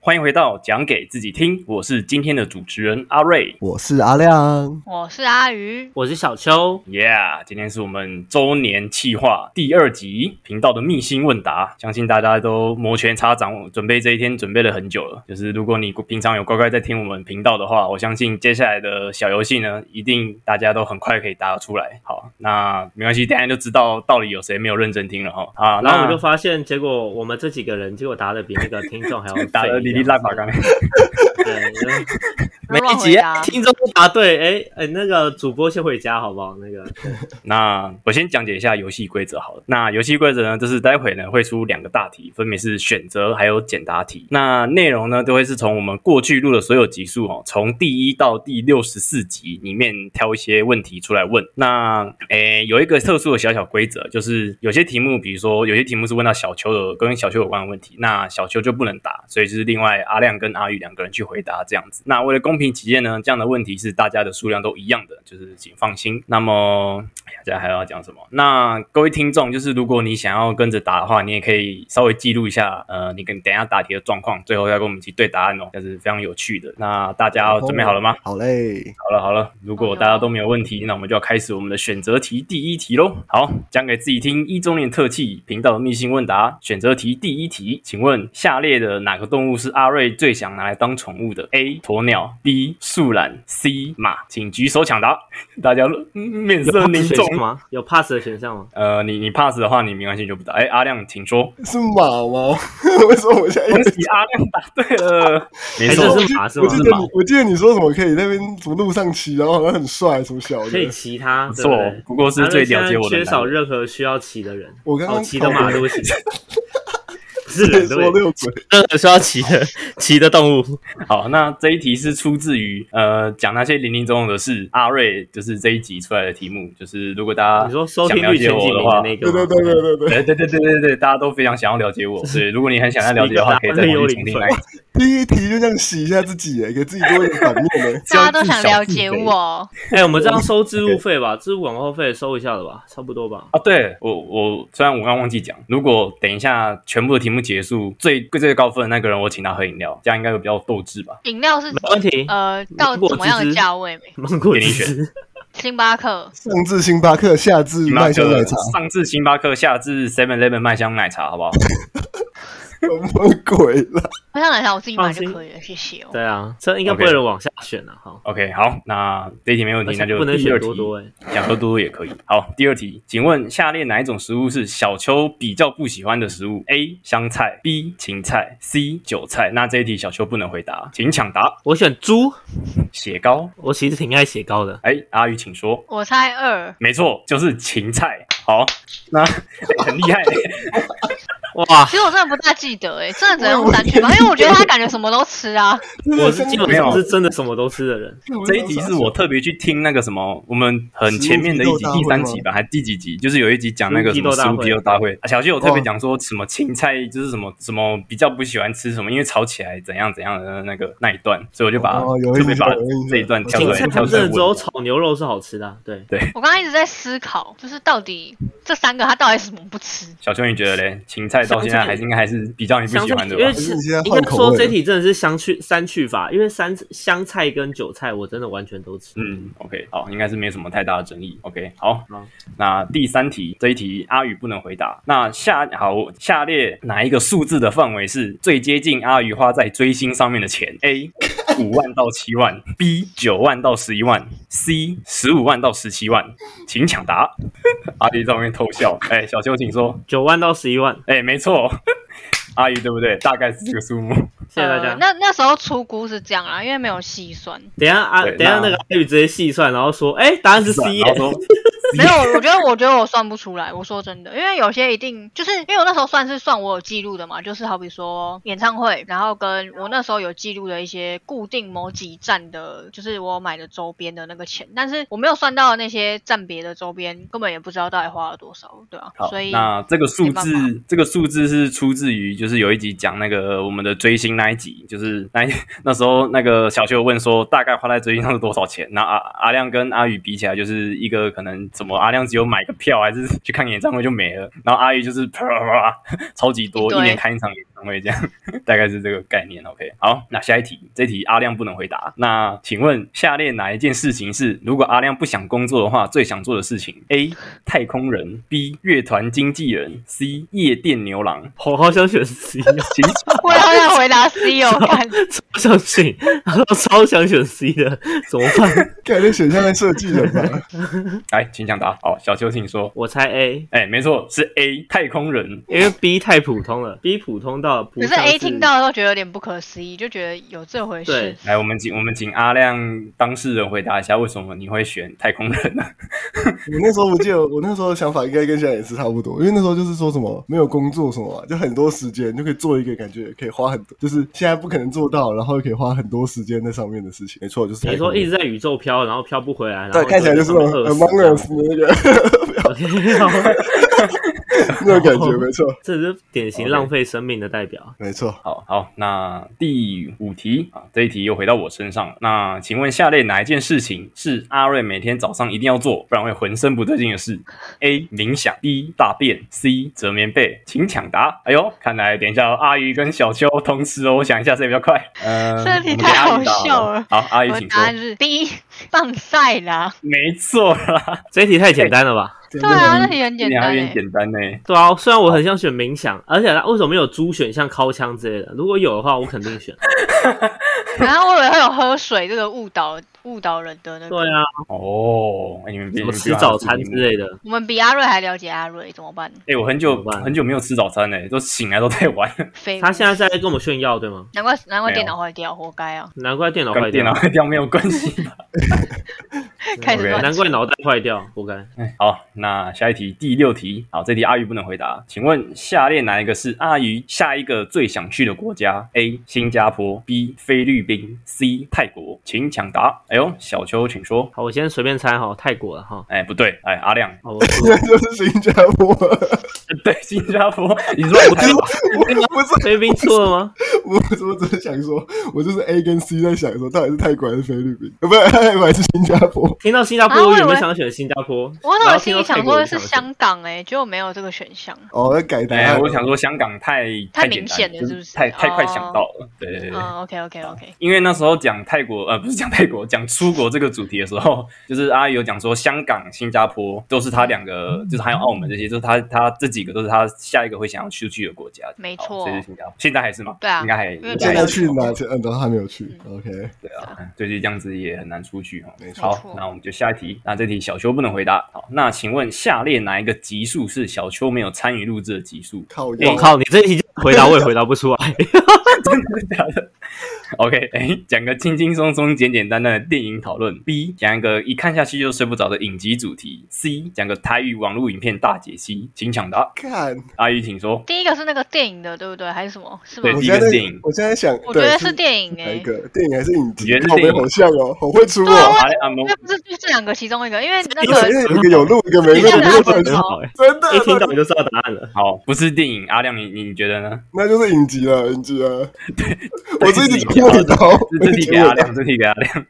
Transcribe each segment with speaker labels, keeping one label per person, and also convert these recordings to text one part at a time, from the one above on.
Speaker 1: 欢迎回到讲给自己听，我是今天的主持人阿瑞。
Speaker 2: 我是阿亮，
Speaker 3: 我是阿鱼，
Speaker 4: 我是小秋，
Speaker 1: Yeah，今天是我们周年企划第二集频道的密星问答，相信大家都摩拳擦掌，准备这一天准备了很久了。就是如果你平常有乖乖在听我们频道的话，我相信接下来的小游戏呢，一定大家都很快可以答得出来。好，那没关系，大家就知道到底有谁没有认真听了哈。啊，
Speaker 4: 然后
Speaker 1: 那
Speaker 4: 我就发现，结果我们这几个人，结果答的比那个听众还要 废
Speaker 1: 打了
Speaker 4: 这
Speaker 1: 哩
Speaker 4: 样啊
Speaker 1: 哩烂吧，刚才。
Speaker 4: 对，因为
Speaker 3: 不
Speaker 4: 每
Speaker 3: 要
Speaker 4: 一
Speaker 3: 乱
Speaker 4: 集
Speaker 3: 回答。
Speaker 4: 啊听众都答对，哎哎，那个主播先回家好不好？那个
Speaker 1: 那我先讲解一下游戏规则好了。那游戏规则呢，就是待会呢会出两个大题，分别是选择还有简答题。那内容呢都会是从我们过去录的所有集数哦，从第一到第六十四集里面挑一些问题出来问。那诶、有一个特殊的小小规则，就是有些题目，比如说有些题目是问到小球的跟小球有关的问题，那小球就不能答，所以就是另外阿亮跟阿玉两个人去回答这样子。那为了公平起见呢，这样的问题是大家的数量都一样的，就是请放心。那么哎呀，这还要讲什么？那各位听众，就是如果你想要跟着答的话，你也可以稍微记录一下，呃，你跟等一下答题的状况，最后再跟我们一起对答案哦，这是非常有趣的。那大家准备好了吗？
Speaker 2: 好嘞，
Speaker 1: 好了好了，如
Speaker 4: 哎
Speaker 1: 果大家都没有问题，那我们就要开始我们的选择题第一题喽。好，讲给自己听一周年特辑频道的密信问答选择题第一题，请问下列的哪个动物是阿瑞最想拿来当宠物的？A.
Speaker 4: 嗯
Speaker 1: 鸵鸟 B. 树懒 C. 马，请举手抢答。大家都嗯面色凝
Speaker 4: 选
Speaker 1: 重
Speaker 4: 项。吗？有 pass 的选项吗？
Speaker 1: 呃，你你 pass 的话，你没关系你就不答。哎，阿亮，请说。
Speaker 2: 是马吗？ 为什么我现在
Speaker 1: 恭喜阿亮答对了， 没
Speaker 4: 哎
Speaker 1: 错
Speaker 4: 这，是马是
Speaker 2: 我
Speaker 4: 吗？
Speaker 2: 记得你，我记得你说什么可以那边什么路上骑，然后好像很帅什么小
Speaker 4: 可以
Speaker 2: 的。
Speaker 4: 骑它，
Speaker 1: 不
Speaker 4: 对不
Speaker 1: 错
Speaker 4: 对，？
Speaker 1: 不过是最了解我
Speaker 4: 阿瑞现在
Speaker 1: 的
Speaker 4: 缺少
Speaker 1: 男人。
Speaker 4: 任何需要骑的人，
Speaker 2: 我刚
Speaker 4: 哦，
Speaker 2: 刚
Speaker 4: 骑的马
Speaker 2: 考
Speaker 4: 都
Speaker 2: 虑
Speaker 4: 不行，不 是
Speaker 2: 对
Speaker 4: 人对
Speaker 2: 说
Speaker 4: 不对？
Speaker 2: 六嘴，
Speaker 5: 任何需要骑的骑的动物。
Speaker 1: 好，那这一题是出自于呃讲那些零零总总的事，阿瑞就是这一集出来的题目，就是如果大家
Speaker 4: 你说收听
Speaker 1: 想了
Speaker 4: 率
Speaker 1: 解
Speaker 4: 前几
Speaker 1: 我
Speaker 4: 名
Speaker 1: 的话
Speaker 4: 的。那个
Speaker 2: 对
Speaker 4: 吗，
Speaker 2: 对对对对对。
Speaker 1: 对对对对对对，大家都非常想要了 解我，所以如果你很想要了解的话，可以再回去重听来一次。
Speaker 2: 第一题就这样洗一下自己，哎，给自己多一点反面欸呢。
Speaker 3: 大家都想了解我，
Speaker 4: 哎，我们这样收置入费吧，置入广告费收一下的吧，差不多吧。
Speaker 1: 啊，对我我虽然我刚忘记讲，如果等一下全部的题目结束，最最高分的那个人，我请他喝饮料，这样应该会比较斗志吧。
Speaker 3: 饮料是
Speaker 4: 没问题，
Speaker 3: 呃到
Speaker 4: 如果
Speaker 3: 怎么样
Speaker 4: 芝
Speaker 3: 的
Speaker 4: 芝
Speaker 3: 价位？
Speaker 4: 芒果
Speaker 1: 给你
Speaker 4: 汁
Speaker 1: 选
Speaker 3: 星巴克
Speaker 2: 上至星巴克，下至
Speaker 1: 星巴
Speaker 2: 麦香奶
Speaker 1: 克
Speaker 2: 茶，
Speaker 1: 上至星巴克，下至 Seven Eleven 麦香奶茶，好不好？
Speaker 2: 什么鬼啦？
Speaker 3: 我想奶茶我自己买
Speaker 4: 放心
Speaker 3: 就可以了，谢谢哦。
Speaker 4: 对啊，这应该不会有人往下选啊了哈。
Speaker 1: OK，好，那这一题没问
Speaker 4: 而
Speaker 1: 题，
Speaker 4: 且
Speaker 1: 那就
Speaker 4: 不能
Speaker 1: 第
Speaker 4: 选
Speaker 1: 二
Speaker 4: 多
Speaker 1: 题，
Speaker 4: 多哎，
Speaker 1: 想喝多多也可以。好，第二题，请问下列哪一种食物是小秋比较不喜欢的食物？A. 香菜 B. 芹菜 C. 韭菜。那这一题小秋不能回答，请抢答。
Speaker 4: 我选猪，
Speaker 1: 雪糕，
Speaker 4: 我其实挺爱写高的。
Speaker 1: 哎，阿宇请说。
Speaker 3: 我猜二，
Speaker 1: 没错，就是芹菜。好，那、哎很厉害、
Speaker 4: 哇，
Speaker 3: 其实我真的不大记 得哎，真的只能用三句吧，因为我觉得他感觉什么都吃啊。
Speaker 4: 我是基本上
Speaker 1: 没有
Speaker 4: 是真的什么都吃的人。
Speaker 1: 这一集是我特别去听那个什么，我们很前面的一集，第三集吧，还第几集？就是有一集讲那个什么食物批斗大会，啊小旭有特别讲说什么芹菜就是什么什么比较不喜欢吃什么，因为吵起来怎样怎样的那个那一段，所以我就把
Speaker 2: 哦有
Speaker 1: 特
Speaker 2: 印
Speaker 1: 别
Speaker 2: 象
Speaker 1: 把
Speaker 2: 有印象
Speaker 1: 这一段跳出
Speaker 4: 芹
Speaker 1: 来
Speaker 4: 菜
Speaker 1: 跳
Speaker 4: 真
Speaker 1: 出来
Speaker 4: 的只有
Speaker 1: 问。
Speaker 4: 炒牛肉是好吃的啊，对，
Speaker 3: 我刚刚一直在思考，就是到底这三个他到底什么不吃？
Speaker 1: 小秋，你觉得嘞？芹菜到现在还是应该还是比较你不
Speaker 4: 香
Speaker 1: 喜
Speaker 4: 菜
Speaker 1: 欢的
Speaker 4: 因
Speaker 1: 吧
Speaker 4: 为？
Speaker 2: 是
Speaker 4: 其
Speaker 2: 你现在
Speaker 4: 应
Speaker 2: 换
Speaker 4: 该
Speaker 2: 口
Speaker 4: 说
Speaker 2: 味
Speaker 4: 这
Speaker 2: 了
Speaker 4: 题真的是香去三去法，因为三香菜跟韭菜我真的完全都吃。
Speaker 1: 嗯，OK，好，应该是没什么太大的争议。OK，好，
Speaker 4: 好
Speaker 1: 那第三题这一题阿宇不能回答。那下好，下列哪一个数字的范围是最接近阿宇花在追星上面的钱？A 五万到七 万，B 九万到十一万，C 十五万到十七万，请抢答。 阿迪在外面偷笑。哎、小秋，请说。
Speaker 4: 九万到十一万，
Speaker 1: 哎、没错， 阿宇对不对？大概是这个数目。
Speaker 4: 谢谢大
Speaker 3: 呃
Speaker 4: 家。
Speaker 3: 那那时候出估是这样啊，因为没有细算。
Speaker 4: 等一下啊，
Speaker 1: 对
Speaker 4: 等一下
Speaker 1: 那
Speaker 4: 那个阿宇直接细算，然后说，哎，答案是 C
Speaker 1: 啊然
Speaker 4: 耶。
Speaker 1: 后说
Speaker 3: 没有，我觉得我觉得我算不出来。我说真的，因为有些一定就是因为我那时候算是算我有记录的嘛，就是好比说演唱会，然后跟我那时候有记录的一些固定某几站的，就是我买的周边的那个钱，但是我没有算到那些站别的周边，根本也不知道到底花了多少，对啊，
Speaker 1: 好
Speaker 3: 所，以
Speaker 1: 那这个数
Speaker 3: 没办法
Speaker 1: 字，这个数字是出自于就是有一集讲那个我们的追星那一集，就是那一那时候那个小秀问说大概花在追星上是多少钱，那阿阿亮跟阿宇比起来，就是一个可能怎么阿亮只有买个票还是去看演唱会就没了，然后阿宇就是啪啪啪啪超级多，
Speaker 3: 一
Speaker 1: 一
Speaker 3: 堆
Speaker 1: 年看一场演唱会这样， 大概是这个概念。OK，好，那下一题，这题阿亮不能回答。那请问下列哪一件事情是如果阿亮不想工作的话，最想做的事情？A. 太空人 B. 乐团经纪人 C. 夜店牛郎。
Speaker 4: 我好想选 C，哦
Speaker 1: 请
Speaker 3: 我也好想回答 C 哦，看
Speaker 4: 超想选，我超想选 C 的，怎么办？
Speaker 2: 感觉选项在设计人吧？
Speaker 1: 来，请抢答。好，小邱，请说。
Speaker 4: 我猜 A，
Speaker 1: 哎、没错，是 A 太空人。
Speaker 4: 因为 B 太普通了，B 普通到不
Speaker 3: 可是
Speaker 4: 像
Speaker 3: A 听到都觉得有点不可思议，就觉得有这回
Speaker 4: 对
Speaker 3: 事。
Speaker 1: 来，我们请我们请阿亮当事人回答一下，为什么你会选太空人呢、
Speaker 2: 我那时候我记得，我那时候的想法应该跟现在也是差不多，因为那时候就是说什么没有工作什么啊、就很多时间就可以做一个感觉可以花很多，就是现在不可能做到，然后又可以花很多时间在上面的事情。没错，就是
Speaker 4: 你说
Speaker 2: 太空人
Speaker 4: 一直在宇宙飘，然后飘不回来，然后
Speaker 2: 对，看起来就是那种
Speaker 4: 饿
Speaker 2: Among Us 的那个那个感
Speaker 4: 哦
Speaker 2: 觉，没错，
Speaker 4: 这是典型浪费生命的代表。
Speaker 2: 没错。
Speaker 1: 好好，那第五题啊，这一题又回到我身上了。那请问下列哪一件事情是阿瑞每天早上一定要做，不然会浑身不对劲的事？A. 冥想，B. 大便，C. 折棉被，请抢答。哎呦，看来等一下阿鱼跟小邱同时哦，我想一下谁比较快。呃，
Speaker 3: 这题
Speaker 1: 我们给
Speaker 3: 太
Speaker 1: 阿
Speaker 3: 好
Speaker 1: 鱼答
Speaker 3: 笑
Speaker 1: 好
Speaker 3: 了
Speaker 1: 好，阿鱼
Speaker 3: 我的
Speaker 1: 请
Speaker 3: 答
Speaker 1: 说。
Speaker 3: 案是 B，放晒啦。
Speaker 1: 没错啦，
Speaker 4: 这一题太简单了吧？
Speaker 2: 对
Speaker 3: 对啊，那题很简
Speaker 1: 你还
Speaker 3: 单、
Speaker 1: 有点
Speaker 3: 欸。
Speaker 1: 简单呢、
Speaker 4: 对啊，虽然我很想选冥想，而且它为什么没有猪选项、敲枪之类的？如果有的话，我肯 定选。
Speaker 3: 然后我以为会有喝水这个误导误导人的那个。
Speaker 4: 对啊，
Speaker 1: 哦，哎你们
Speaker 4: 什
Speaker 1: 别
Speaker 4: 么吃早餐之类的，
Speaker 3: 我们比阿瑞还了解阿瑞，怎么办？
Speaker 1: 哎、我很久
Speaker 4: 怎么办
Speaker 1: 很久没有吃早餐嘞、都醒来都太晚了，
Speaker 3: 废物
Speaker 4: 他现在在跟我们炫耀，对吗？
Speaker 3: 难怪难怪
Speaker 1: 没有
Speaker 3: 电脑坏掉，活该啊！
Speaker 4: 难怪电脑坏
Speaker 1: 跟电脑
Speaker 4: 掉，
Speaker 1: 坏掉没有关系。
Speaker 3: 开始
Speaker 1: OK
Speaker 3: 乱
Speaker 4: 难怪脑袋坏掉，活该。
Speaker 1: 哎好，那下一题第六题，好，这题阿鱼不能回答，请问下列哪一个是阿鱼下一个最想去的国家？A. 新加坡，B. 菲律宾，C. 泰国，请抢答。哎呦，小邱，请说。
Speaker 4: 好，我先随便猜哈，泰国了哈。
Speaker 1: 哎，不对，哎，阿亮，
Speaker 4: 哦，我
Speaker 2: 那就是新加坡，
Speaker 1: 对，新加坡， 你说我泰国
Speaker 2: 不是
Speaker 4: 菲律宾错了 吗？
Speaker 2: 我，我只是想说，我就是 A 跟 C 在想说，到底是泰国还是菲律宾？呃，不是泰国还是新加坡？
Speaker 4: 听到新加
Speaker 3: 啊
Speaker 4: 坡，
Speaker 3: 我以
Speaker 4: 我
Speaker 3: 为
Speaker 4: 原本想选新加坡，
Speaker 3: 我
Speaker 4: 然
Speaker 3: 那
Speaker 4: 后
Speaker 3: 我
Speaker 4: 听
Speaker 3: 心
Speaker 4: 到
Speaker 3: 里
Speaker 4: 泰
Speaker 3: 想
Speaker 4: 国我
Speaker 3: 说的
Speaker 4: 就想
Speaker 3: 是
Speaker 4: 选
Speaker 3: 香港哎、结果没有这个选项。
Speaker 2: 哦，要改答
Speaker 1: 哎，
Speaker 2: 案。
Speaker 1: 我想说香港太
Speaker 3: 太
Speaker 1: 简
Speaker 3: 明
Speaker 1: 单
Speaker 3: 显了
Speaker 1: 就是
Speaker 3: 不是
Speaker 1: 太太快
Speaker 3: 哦
Speaker 1: 想到了，对对对对。
Speaker 3: 嗯，OK OK OK，
Speaker 1: 因为那时候讲泰国，呃， 不是讲泰国，讲出国这个主题的时候， 就是阿姨有讲说，香港、新加坡都是他两个，
Speaker 2: 嗯
Speaker 1: 就是还有澳门这些，就是他他这几个都是他下一个会想要去去的国家。
Speaker 3: 没
Speaker 1: 好
Speaker 3: 错
Speaker 1: 所以是新加坡，现在还是吗？
Speaker 3: 对啊
Speaker 1: 应该还
Speaker 3: 为
Speaker 1: 应该
Speaker 2: 现
Speaker 1: 还
Speaker 2: 在
Speaker 1: 是
Speaker 2: 去哪？嗯，都还没有去。
Speaker 3: 嗯
Speaker 2: OK，
Speaker 1: 对啊，最近这样子也很难出去哦。
Speaker 2: 没
Speaker 3: 错没
Speaker 1: 好
Speaker 3: 错，
Speaker 1: 那我们就下一题。那这题小邱不能回答。好，那请问下列哪一个集数是小邱没有参与录制的集数？
Speaker 2: 靠
Speaker 4: 我
Speaker 2: 腰。
Speaker 4: 靠，你这一题回答我也回答不出来。
Speaker 1: 真的假的？OK，哎、讲个轻轻松松、简简单单的电影讨论。B，讲一个一看下去就睡不着的影集主题。C，讲个台语网络影片大解析。请抢答，
Speaker 2: 看，
Speaker 1: 阿姨请说。
Speaker 3: 第一个是那个电影的，对不对？还是什么？是吗
Speaker 1: 对？
Speaker 2: 我
Speaker 1: 第一
Speaker 2: 现
Speaker 1: 个
Speaker 2: 在
Speaker 1: 是电影
Speaker 2: 我现在想，
Speaker 3: 我觉得
Speaker 2: 对
Speaker 3: 是电影
Speaker 2: 哪
Speaker 3: 哎、
Speaker 2: 一个电影还是影
Speaker 1: 你
Speaker 2: 集
Speaker 1: 觉得？是
Speaker 2: 靠
Speaker 1: 电
Speaker 2: 背
Speaker 1: 影
Speaker 2: 好像哦，好会出
Speaker 3: 对啊
Speaker 2: 哦。
Speaker 1: 阿阿蒙
Speaker 3: 那不是就是这两个其中一个，因为那
Speaker 2: 因为
Speaker 3: 个
Speaker 2: 有一个有录，一个没录，
Speaker 3: 啊你看
Speaker 2: 没有
Speaker 3: 这
Speaker 2: 真
Speaker 3: 样
Speaker 2: 的
Speaker 3: 子
Speaker 4: 很好哎，一听
Speaker 2: 真
Speaker 4: 到
Speaker 2: 的，
Speaker 4: 你就知道答案了。
Speaker 1: 好，不是电影，阿亮，你你你觉得呢？
Speaker 2: 那就是影集了，影集了。
Speaker 1: 对
Speaker 2: 我自己
Speaker 1: 是
Speaker 2: 剪尾刀，
Speaker 1: 这这
Speaker 2: 我一
Speaker 1: 题
Speaker 2: 直
Speaker 1: 给
Speaker 2: 剪
Speaker 1: 阿
Speaker 2: 尾刀
Speaker 1: 亮，这题给阿亮，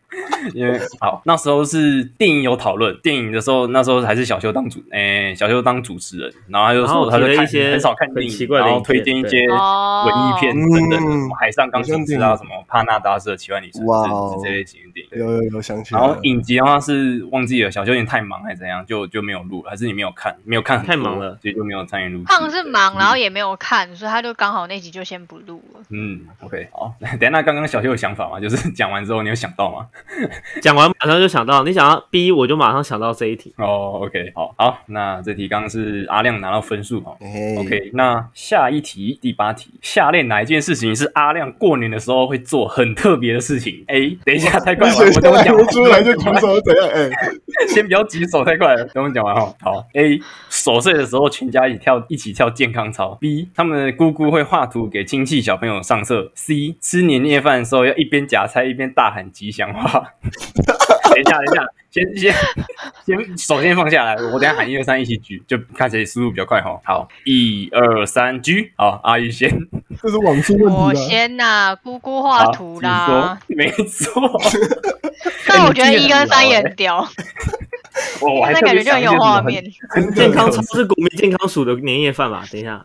Speaker 1: 因为好那时候是电影有讨论，电影的时候那时候还是小修当主，哎、小修当主持人，然后他就
Speaker 4: 然后
Speaker 1: 说他就
Speaker 4: 提了
Speaker 1: 看
Speaker 4: 一些
Speaker 1: 很少看电
Speaker 4: 很
Speaker 1: 影
Speaker 4: 奇，怪的
Speaker 1: 然后
Speaker 4: 影
Speaker 1: 推
Speaker 4: 片
Speaker 1: 荐一
Speaker 4: 对
Speaker 1: 些
Speaker 3: 哦
Speaker 1: 文艺片等等，什么
Speaker 2: 嗯
Speaker 1: 海上钢琴师
Speaker 2: 好
Speaker 1: 啊，
Speaker 2: 像
Speaker 1: 什么帕纳达斯的奇幻旅程
Speaker 2: 哇哦啊
Speaker 1: 这这类型的电影。
Speaker 2: 有有有想起来
Speaker 1: 然
Speaker 2: 了，
Speaker 1: 后影集的话是忘记了，小修有点太忙还是怎样，就就没有录，还是你没有看，没有看很
Speaker 4: 太
Speaker 1: 多
Speaker 4: 忙了
Speaker 1: 所以就没有参与录制。
Speaker 3: 胖是忙，
Speaker 1: 对
Speaker 3: 然后也没有看，所以他就刚好那集就先不录了。
Speaker 1: 嗯，OK，好， 等一下那刚刚小修有想法吗？就是 讲完之后你有想到吗？
Speaker 4: 讲完马上就想到，你想要 B，我就马上想到这一题。
Speaker 1: 哦，OK，好好，那这题刚刚是阿亮拿到分数哦。
Speaker 2: 哎
Speaker 1: OK，那下一题第八题，下列哪一件事情是阿亮过年的时候会做做很特别的事情。哎，等一下，太快了，
Speaker 2: 写
Speaker 1: 我
Speaker 2: 下
Speaker 1: 等我
Speaker 2: 来
Speaker 1: 讲
Speaker 2: 流
Speaker 1: 完，
Speaker 2: 出来就徒手怎样？哎、
Speaker 1: 先不要急，手太快了，等我讲完哈。好，A 守岁的时候全家一起跳一起跳健康操。B 他们的姑姑会画图给亲戚小朋友上色。C 吃年夜饭的时候要一边夹菜一边大喊吉祥话。 等一下，等一下，先先先首先放下来，我等一下喊一二三一起举，就看谁速度比较快哈。好，一二三举，好，阿姨先。
Speaker 2: 这是网速问
Speaker 3: 我
Speaker 2: 题啊！
Speaker 3: 先呐、姑姑画
Speaker 1: 好
Speaker 3: 图啦。，
Speaker 1: 啊请说没 错。
Speaker 3: 但我觉得
Speaker 1: 哎你
Speaker 3: 一
Speaker 1: 记得
Speaker 3: 跟
Speaker 1: 很牢
Speaker 3: 三也
Speaker 1: 哎
Speaker 3: 很屌，
Speaker 1: 我我还
Speaker 3: 那
Speaker 1: 特
Speaker 3: 感
Speaker 1: 别
Speaker 3: 觉就很有
Speaker 1: 想一些什么
Speaker 3: 画
Speaker 1: 很
Speaker 3: 面。
Speaker 2: 真
Speaker 4: 健康
Speaker 2: 的，
Speaker 4: 操是国民健康署的年夜饭吧？等一下，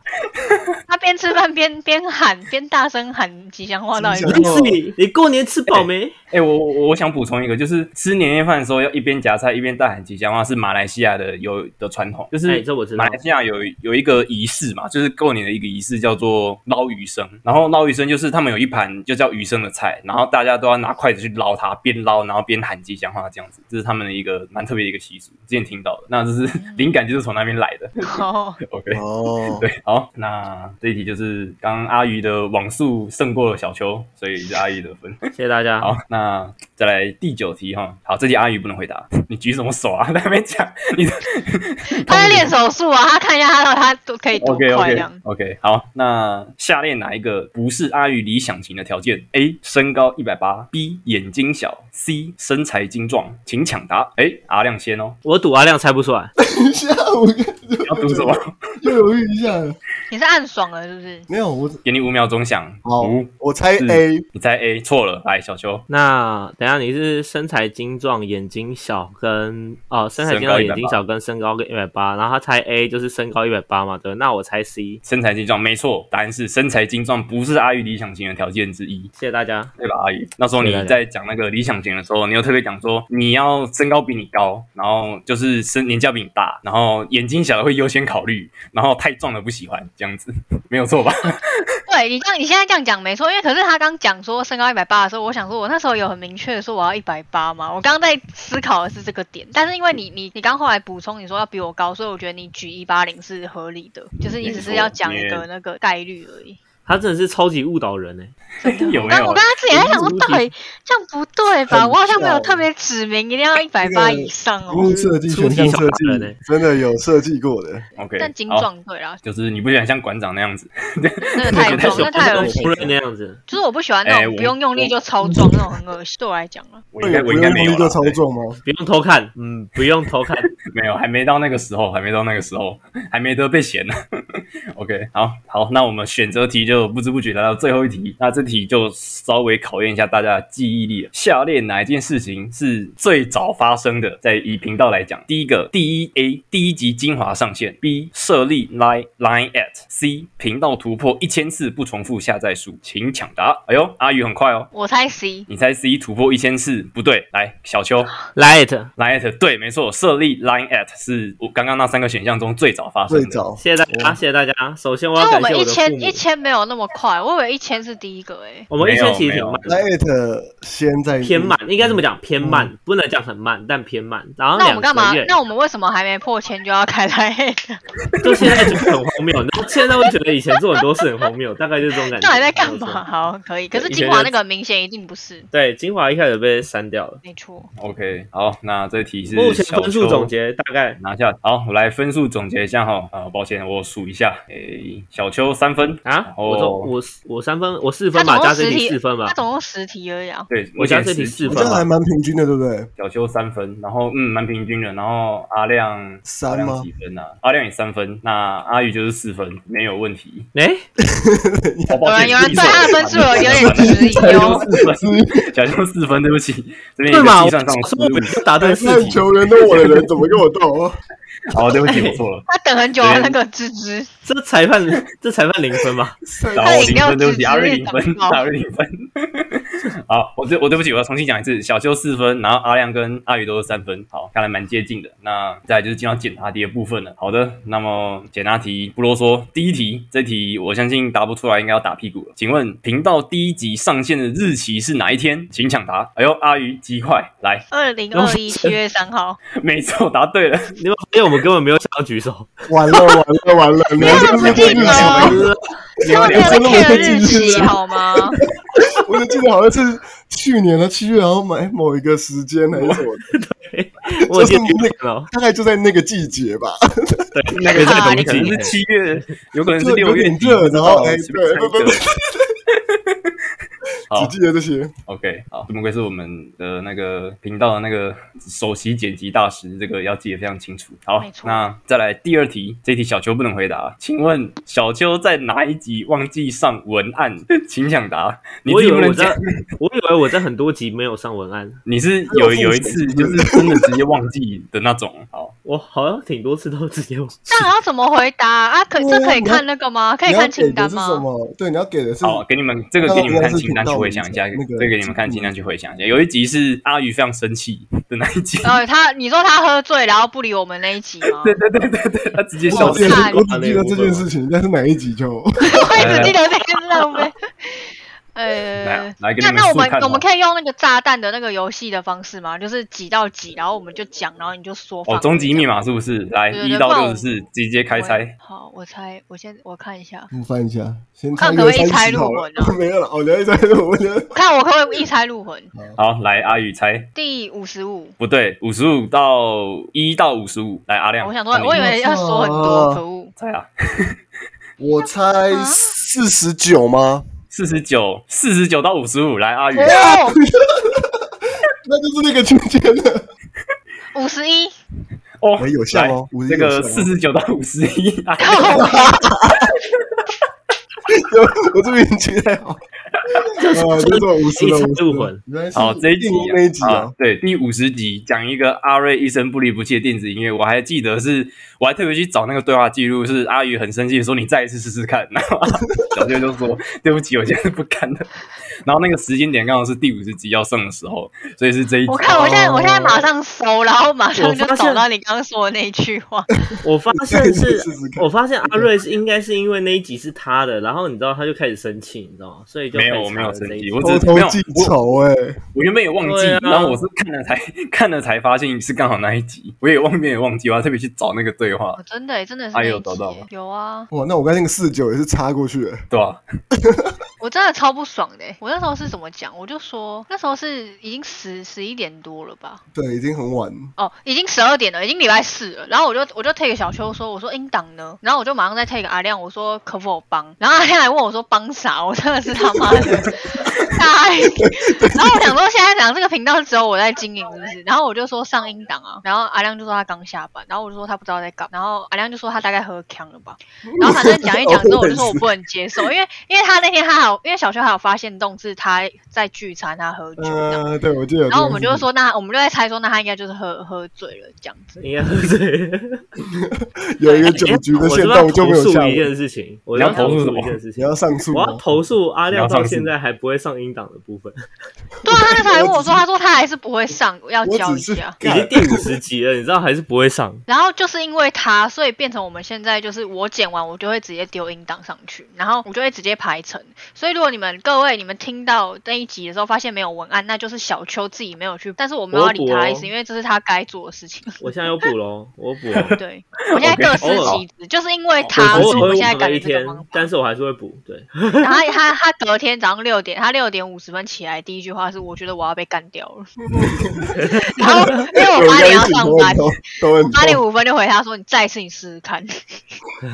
Speaker 3: 他边吃饭边边喊，边大声喊吉祥话，到
Speaker 2: 吉
Speaker 3: 底是
Speaker 2: 然祥后
Speaker 3: 什么
Speaker 4: 你是你过年吃饱没？
Speaker 1: 哎、我我我我想补充一个，就是吃年夜饭的时候要一边夹菜一边大喊吉祥话，是马来西亚的有的传统，就
Speaker 4: 哎，
Speaker 1: 是
Speaker 4: 这我知道
Speaker 1: 马。来西亚有有一个仪式嘛，就是过年的一个仪式叫做捞鱼生，然后捞鱼生就是他们有一盘就叫鱼生的菜，然后大家都要拿筷子去捞它，边捞然后边喊吉祥话这样子，这是他们的一个蛮特别的一个习俗，之前听到的，那就是 灵感就是从那边来的。
Speaker 3: 哦，
Speaker 1: OK，
Speaker 2: 哦，
Speaker 1: 对，好，那这一题就是刚刚阿鱼的网速胜过了小秋，所以是阿鱼的分。
Speaker 4: 谢谢大家。
Speaker 1: 好，那再来第九题哈。好，这题阿宇不能回 答，你举什么手啊？在那边讲 你的。
Speaker 3: 他在练手速啊，他看一下他他都可以多
Speaker 1: OK
Speaker 3: 快这
Speaker 1: OK
Speaker 3: 样。
Speaker 1: OK，好，那下列哪一个不是阿宇理想型的条件？A. 身高一百八，B. 眼睛小，C. 身材精壮，请抢答。哎、阿亮先哦，
Speaker 4: 我赌阿亮猜不出来，
Speaker 2: 等一下，我
Speaker 1: 你要读什么？
Speaker 2: 又犹豫一下了。
Speaker 3: 你是暗爽了是不是？
Speaker 2: 没有，我
Speaker 1: 给你五秒钟想。
Speaker 2: 好
Speaker 1: 五，
Speaker 2: 我猜
Speaker 1: 四
Speaker 2: A，
Speaker 1: 你猜 A 错了，来小秋。
Speaker 4: 那等一下你是身材精壮、眼睛小跟哦，身材精壮、
Speaker 1: 身
Speaker 4: 眼
Speaker 1: 高
Speaker 4: 睛小跟身高跟一百八，然后他猜 A 就是身高一百八嘛，对吧，那我猜 C。
Speaker 1: 身材精壮，没错，答案是身材精壮，不是阿宇理想型的条件之一。
Speaker 4: 谢谢大家。
Speaker 1: 对吧，阿姨？那时候你在讲那个理想型的时候，你有特别讲说你要身高比你高，然后就是身年纪要比你大，然后眼睛小的会优先考虑，然后太壮的不喜欢，这样子 没有错吧？
Speaker 3: 对你这样，你现在这样讲没错，因为可是他刚讲说身高一百八的时候，我想说我那时候有很明确的说我要一百八嘛，我刚刚在思考的是这个点，但是因为你你你刚后来补充你说要比我高，所以我觉得你举一八零是合理的，就是你只是要讲一
Speaker 1: 没错
Speaker 3: 个
Speaker 1: 你
Speaker 3: 那个概率而已。
Speaker 4: 他真的是超级误导人哎、
Speaker 1: 有
Speaker 3: 我
Speaker 1: 没
Speaker 3: 刚我
Speaker 1: 有
Speaker 3: 刚？刚自己在想说，到底这样不对吧？
Speaker 2: 很
Speaker 3: 我好像没有
Speaker 2: 像
Speaker 3: 特别指明一定要一百八以上
Speaker 2: 服务
Speaker 3: 哦，
Speaker 2: 设计、选项
Speaker 4: 出题
Speaker 2: 设计
Speaker 4: 小达人欸，
Speaker 2: 真的有设计过的。
Speaker 1: OK，
Speaker 3: 但精
Speaker 1: 好，
Speaker 3: 壮对啦，
Speaker 1: 就是你不喜欢像馆长那样子，
Speaker 3: 那个太
Speaker 1: 太
Speaker 3: 重，哦那太恶
Speaker 4: 我
Speaker 3: 心
Speaker 4: 不认
Speaker 3: 了。
Speaker 4: 那样子。
Speaker 3: 就是我不喜欢那
Speaker 1: 哎
Speaker 3: 种
Speaker 1: 我
Speaker 3: 不用用力就超壮那种，很恶心。对我来讲啊了，
Speaker 1: 我应该
Speaker 2: 有啊
Speaker 1: 我应该没有啦
Speaker 2: 一个操
Speaker 1: 对
Speaker 2: 作吗？
Speaker 4: 不用偷看，嗯，不用偷看。
Speaker 1: 没有，还没到那个时候，还没到那个时候， 还没得被嫌 呢。OK，好好，那我们选择题就不知不觉来到最后一题，那这题就稍微考验一下大家的记忆力了。下列哪一件事情是最早发生的？在以频道来讲，第一个，第一 A 第一集精华上线；B 设立 Line Line at C 频道突破一千次不重复下载数，请抢答。哎呦，阿宇很快哦。
Speaker 3: 我猜 C，
Speaker 1: 你猜 C 突破一千次不对，来小秋，
Speaker 4: Light，
Speaker 1: Line at 对，没错，设立 Line at 是我刚刚那三个选项中最早发生
Speaker 2: 最
Speaker 1: 的。
Speaker 2: 早
Speaker 4: 谢谢大
Speaker 1: 哦
Speaker 4: 家，谢谢大家。首先我
Speaker 3: 因
Speaker 4: 要
Speaker 3: 为我
Speaker 4: 感谢
Speaker 3: 们
Speaker 4: 的
Speaker 3: 一
Speaker 4: 父
Speaker 3: 千一
Speaker 4: 母。
Speaker 3: 千没有那么快，我以为一千是第一个欸诶、
Speaker 4: 我们一
Speaker 1: 没
Speaker 4: 千
Speaker 1: 有
Speaker 4: 其实
Speaker 1: 没
Speaker 4: 挺
Speaker 1: 有
Speaker 4: 慢，
Speaker 2: 来 at 先在
Speaker 4: 偏慢，应该这么讲，偏
Speaker 1: 嗯
Speaker 4: 慢，不能讲很慢，但偏慢。然后
Speaker 3: 那我
Speaker 4: 两
Speaker 3: 们干嘛
Speaker 4: 个？月，
Speaker 3: 那我们为什么还没破千就要开来？
Speaker 4: 就现在觉得很荒谬，然后现在会觉得以前做很多事很荒谬，大概就是这种 感觉。
Speaker 3: 到底在干嘛？？好，可以。可是
Speaker 4: 对
Speaker 3: 精华那个明显一定不是，
Speaker 4: 对，精华一开始被删掉了。
Speaker 3: 没错。
Speaker 1: OK，好，那这题是
Speaker 4: 目前
Speaker 1: 小
Speaker 4: 分数
Speaker 1: 邱
Speaker 4: 总结大概
Speaker 1: 拿下。好，我来分数总结一下哈。啊、抱歉，我数一下。诶、小秋三分
Speaker 4: 啊
Speaker 1: 然，后
Speaker 4: 我说我我三分，我四
Speaker 3: 他
Speaker 4: 分
Speaker 3: 总
Speaker 4: 吧，
Speaker 3: 共
Speaker 4: 加这
Speaker 3: 十
Speaker 4: 题
Speaker 3: 题
Speaker 4: 四分吧
Speaker 3: 他。总共十题而已啊。
Speaker 1: 对，
Speaker 4: 我加
Speaker 1: 目
Speaker 4: 这
Speaker 1: 前
Speaker 4: 题
Speaker 1: 十
Speaker 4: 四
Speaker 2: 我
Speaker 4: 分
Speaker 2: 这样
Speaker 4: 吧
Speaker 2: 还。蛮平均的，对不对？
Speaker 1: 小秋三分，然后嗯，蛮平均的。然后阿亮
Speaker 2: 三
Speaker 1: 阿亮
Speaker 2: 吗
Speaker 1: 几分啊？阿亮也三分，那阿宇就是四分，没有问题。
Speaker 4: 哎，
Speaker 3: 有人有人
Speaker 1: 哦抱歉，
Speaker 3: 对他的分数有有点质疑
Speaker 1: 小
Speaker 3: 哦
Speaker 1: 秋。四 分，小秋四分，对不起，这边
Speaker 4: 对
Speaker 1: 有一个
Speaker 4: 嘛？我
Speaker 1: 计算上的失
Speaker 4: 说我
Speaker 1: 误
Speaker 4: 们。就答对四
Speaker 2: 看
Speaker 4: 题，
Speaker 2: 球员都我的人怎么跟我斗 啊？
Speaker 1: 好，对不起，我错了。
Speaker 3: 他等很久
Speaker 1: 对
Speaker 3: 了，那个芝芝，
Speaker 4: 这裁判这裁判零分吧？
Speaker 1: 然后我零分，对不起，阿瑞零分，
Speaker 3: 哦
Speaker 1: 阿瑞零分。好，我对我对不起，我要重新讲一次，小修四分，然后阿亮跟阿宇都是三分，好，看来蛮接近的。那再来就是进到简答题的部分了。好的，那么简答题不啰嗦，第一题，这题我相信答不出来，应该要打屁股了。请问频道第一集上线的日期是哪一天？请抢答。哎呦，阿宇极快，来，
Speaker 3: 二零二一七月三号。
Speaker 1: 没错，答对了。
Speaker 4: 你们发现我们根本没有想要举手，
Speaker 3: 哦
Speaker 2: 完了 完了完了！你啊
Speaker 3: 不要这么近哦
Speaker 4: 呃
Speaker 3: 根本没有在 care 日期好吗？
Speaker 2: 我只记得好像是去年的七月，然后买某一个时间还是什么的，
Speaker 4: 我有点了。
Speaker 2: 大概就在那个季节吧，
Speaker 1: 对，那个
Speaker 3: 啊
Speaker 1: 是冬季，可能是七月，有可能是
Speaker 2: 就
Speaker 1: 六
Speaker 2: 有
Speaker 1: 月
Speaker 2: 点
Speaker 1: 底，
Speaker 2: 热，然后哎，
Speaker 1: 哎，
Speaker 2: 对
Speaker 1: 随便猜
Speaker 2: 对
Speaker 1: 一
Speaker 2: 对
Speaker 1: 个
Speaker 2: 对，
Speaker 1: 好
Speaker 2: 只记得这些。
Speaker 1: OK，好，这么愧是我们的那个频道的那个首席剪辑大师，这个要记得非常清楚。好
Speaker 3: 没，错
Speaker 1: 那再来第二题，这题小秋不能回答，请问小秋在哪一集忘记上文案？请抢答。你
Speaker 4: 我
Speaker 1: 自
Speaker 4: 以
Speaker 1: 己
Speaker 4: 为
Speaker 1: 不能
Speaker 4: 我在
Speaker 1: 讲，，
Speaker 4: 我以为我在很多集没有上文案，
Speaker 1: 你是有有一次就是真的直接忘记的那种。 好，
Speaker 4: 我好像挺多次都直接忘记。
Speaker 3: 那要怎么回答啊？可
Speaker 2: 对啊
Speaker 3: 这可以看那个吗？可以
Speaker 2: 你要
Speaker 3: 看
Speaker 2: 给
Speaker 3: 清
Speaker 2: 的
Speaker 3: 单
Speaker 2: 是什
Speaker 3: 吗？
Speaker 2: 么？对，你要给的是
Speaker 1: 好，给你们这个
Speaker 2: 那
Speaker 1: 给你们
Speaker 2: 我
Speaker 1: 看
Speaker 2: 是
Speaker 1: 清单
Speaker 2: 频
Speaker 1: 去
Speaker 2: 道
Speaker 1: 回
Speaker 2: 名
Speaker 1: 想一
Speaker 2: 称
Speaker 1: 下，
Speaker 2: 那个
Speaker 1: 这个给你们看清单去回想一下。有一集是阿宇非常生气的那一集，
Speaker 3: 然后他，你说他喝醉然后不理我们那一集吗？
Speaker 1: 对对对对对，他直接
Speaker 2: 我
Speaker 1: 笑
Speaker 2: 只记
Speaker 1: 死。
Speaker 2: 得
Speaker 3: 我
Speaker 2: 我
Speaker 3: 看
Speaker 2: 只记得这件事情，但是哪一集 就，
Speaker 3: 我一直记得这个浪费。呃
Speaker 1: 来，来给你
Speaker 3: 那
Speaker 1: 们
Speaker 3: 那我
Speaker 1: 速
Speaker 3: 们
Speaker 1: 看
Speaker 3: 我们
Speaker 1: 吧
Speaker 3: 可以用那个炸弹的那个游戏的方式吗？就是几到几，然后我们就讲，然后你就说
Speaker 1: 哦，
Speaker 3: 放。
Speaker 1: 终极密码是不是？来
Speaker 3: 对对
Speaker 1: 一
Speaker 3: 对
Speaker 1: 到
Speaker 3: 不然
Speaker 1: 六
Speaker 3: 我
Speaker 1: 十四，直接开
Speaker 3: 我
Speaker 1: 猜。。
Speaker 3: 好，我猜，我先我看一下
Speaker 2: 我翻一下，先
Speaker 3: 看
Speaker 2: 一
Speaker 3: 可不
Speaker 2: 个
Speaker 3: 可以猜
Speaker 2: 猜
Speaker 3: 论文啊
Speaker 2: 没有了，我聊一猜论文，我
Speaker 3: 看我可不可以一猜入魂？
Speaker 1: 好，来阿宇猜，
Speaker 3: 第五十五，
Speaker 1: 不对，五十五到一到五十五，来阿亮，
Speaker 3: 我想说，
Speaker 1: 换你
Speaker 3: 我以为要说很多，可 恶。
Speaker 1: 猜啊，
Speaker 2: 我猜四十九吗？
Speaker 1: 四十九，四十九到五十五，来阿宇，
Speaker 3: 哦，
Speaker 2: 那就是那个中间的，
Speaker 3: 五十一，
Speaker 1: 哦
Speaker 2: 我有效哦
Speaker 1: 来
Speaker 2: 51
Speaker 1: 这
Speaker 2: 有
Speaker 1: 个
Speaker 2: 效哦
Speaker 1: 四十九到五十一， 阿宇
Speaker 2: 我这边期待好。啊，就是五十了，
Speaker 4: 一次入魂
Speaker 2: 原来是
Speaker 1: 好，这一集
Speaker 2: 电工那一集
Speaker 1: 啊
Speaker 2: 啊，，
Speaker 1: 对，第五十集讲一个阿瑞一声不离不弃的电子音乐，我还记得是，我还特别去找那个对话记录，是阿宇很生气的说：“你再一次试试看。” 然 后小舅就说：“对不起，我现在不敢了。”然后那个时间点刚好是第五十集要上的时候，所以是这一集哦
Speaker 3: 我。看我现在我现在马上搜，然后马上就
Speaker 4: 我发现
Speaker 3: 找到你刚刚说的那句话。
Speaker 4: 我发现是
Speaker 2: 试试，看啊
Speaker 4: 我发现阿瑞是应该是因为那一集是他的，然后你知道他就开始生气，你知道吗？所以就
Speaker 1: 没有
Speaker 4: 开始
Speaker 1: 我没有
Speaker 4: 查了这一
Speaker 1: 生气
Speaker 4: 集
Speaker 1: 我
Speaker 2: 偷偷记仇哎，
Speaker 1: 我原本也忘记，
Speaker 4: 对啊
Speaker 1: 然后我是看了才看了才发现是刚好那一集，我也忘记也忘记，我还特别去找那个对话
Speaker 3: 我，哦真的耶真的是
Speaker 1: 哎
Speaker 3: 那
Speaker 1: 呦
Speaker 3: 一
Speaker 1: 找
Speaker 3: 集
Speaker 1: 到
Speaker 3: 耶
Speaker 1: 了
Speaker 3: 有啊，
Speaker 2: 哇，那我刚才那个四十九也是插过去的，
Speaker 1: 对吧、
Speaker 3: 我真的超不爽的欸。我那时候是怎么讲？我就说那时候是已经十十一点多了吧？
Speaker 2: 对，已经很晚，
Speaker 3: 哦，已经十二点了，已经礼拜四了。然后我就我就 take 小秋说，我说英党呢？然后我就马上再 take 阿亮，我说可否帮？然后阿亮还问我说帮啥？我真的是他妈的大爱。然后我想说现在讲这个频道是只有我在经营，是不是？然后我就说上英党啊。然后阿亮就说他刚下班，然后我就说他不知道在干嘛。然后阿亮就说他大概喝呛了吧。然后反正讲一讲之后，我就说我不能接受，因为因为他那天他还有因为小秋还有发现动是他在聚餐，他喝酒这样。
Speaker 2: 呃，对，我记得有这个事情。
Speaker 3: 然后我们就说，那我们就在猜说，那他应该就是喝喝醉了这样子。
Speaker 4: 应该是 对。
Speaker 2: 有一
Speaker 3: 哎
Speaker 2: 个酒局的
Speaker 4: 我
Speaker 2: 线
Speaker 4: 这边
Speaker 2: 但我就没有
Speaker 4: 投
Speaker 2: 下
Speaker 4: 诉一
Speaker 2: 文。
Speaker 4: 件事情，我
Speaker 1: 你要
Speaker 4: 要
Speaker 1: 投
Speaker 4: 投
Speaker 1: 诉什
Speaker 4: 诉
Speaker 1: 么
Speaker 4: 一件事
Speaker 2: 你
Speaker 4: 情
Speaker 2: 要。上诉
Speaker 4: 我
Speaker 2: 吗？
Speaker 4: 要投诉阿
Speaker 1: 你要
Speaker 4: 亮
Speaker 1: 上
Speaker 4: 到
Speaker 1: 诉
Speaker 4: 现在还不会上音档的部分，
Speaker 3: 对啊，他 那时候还问我说，他说他还是不会上，要
Speaker 2: 我
Speaker 3: 教一
Speaker 2: 只是
Speaker 3: 下。
Speaker 4: 已经第五十集了，你知道还是不会上。
Speaker 3: 然后就是因为他，所以变成我们现在就是我剪完，我就会直接丢音档上去，然后我就会直接排成。所以如果你们各位你们听到那一集的时候发现没有文案，那就是小秋自己没有去，但是我没有要理他的
Speaker 4: 我
Speaker 3: 意
Speaker 4: 补
Speaker 3: 思，
Speaker 4: 哦
Speaker 3: 因为这是他该做的事情。
Speaker 4: 我现在有补喽，我补 哦。
Speaker 3: 对，我现在各司
Speaker 4: OK，
Speaker 3: 其职，就是因为
Speaker 4: 我
Speaker 3: 他，所以
Speaker 4: 偶
Speaker 3: 我
Speaker 4: 尔
Speaker 3: 现
Speaker 4: 会补了
Speaker 3: 在改
Speaker 4: 一
Speaker 3: 了这
Speaker 4: 天
Speaker 3: 个方，法。
Speaker 4: 但是我还是会补。对，
Speaker 3: 然后他他他隔天早上六点，他六点五十分起来，第一句话是我觉得我要被干掉 了。然后因为我八点要上班，
Speaker 2: 都很
Speaker 3: 八点
Speaker 2: 痛。
Speaker 3: 五分就回他说你再一次你试试看，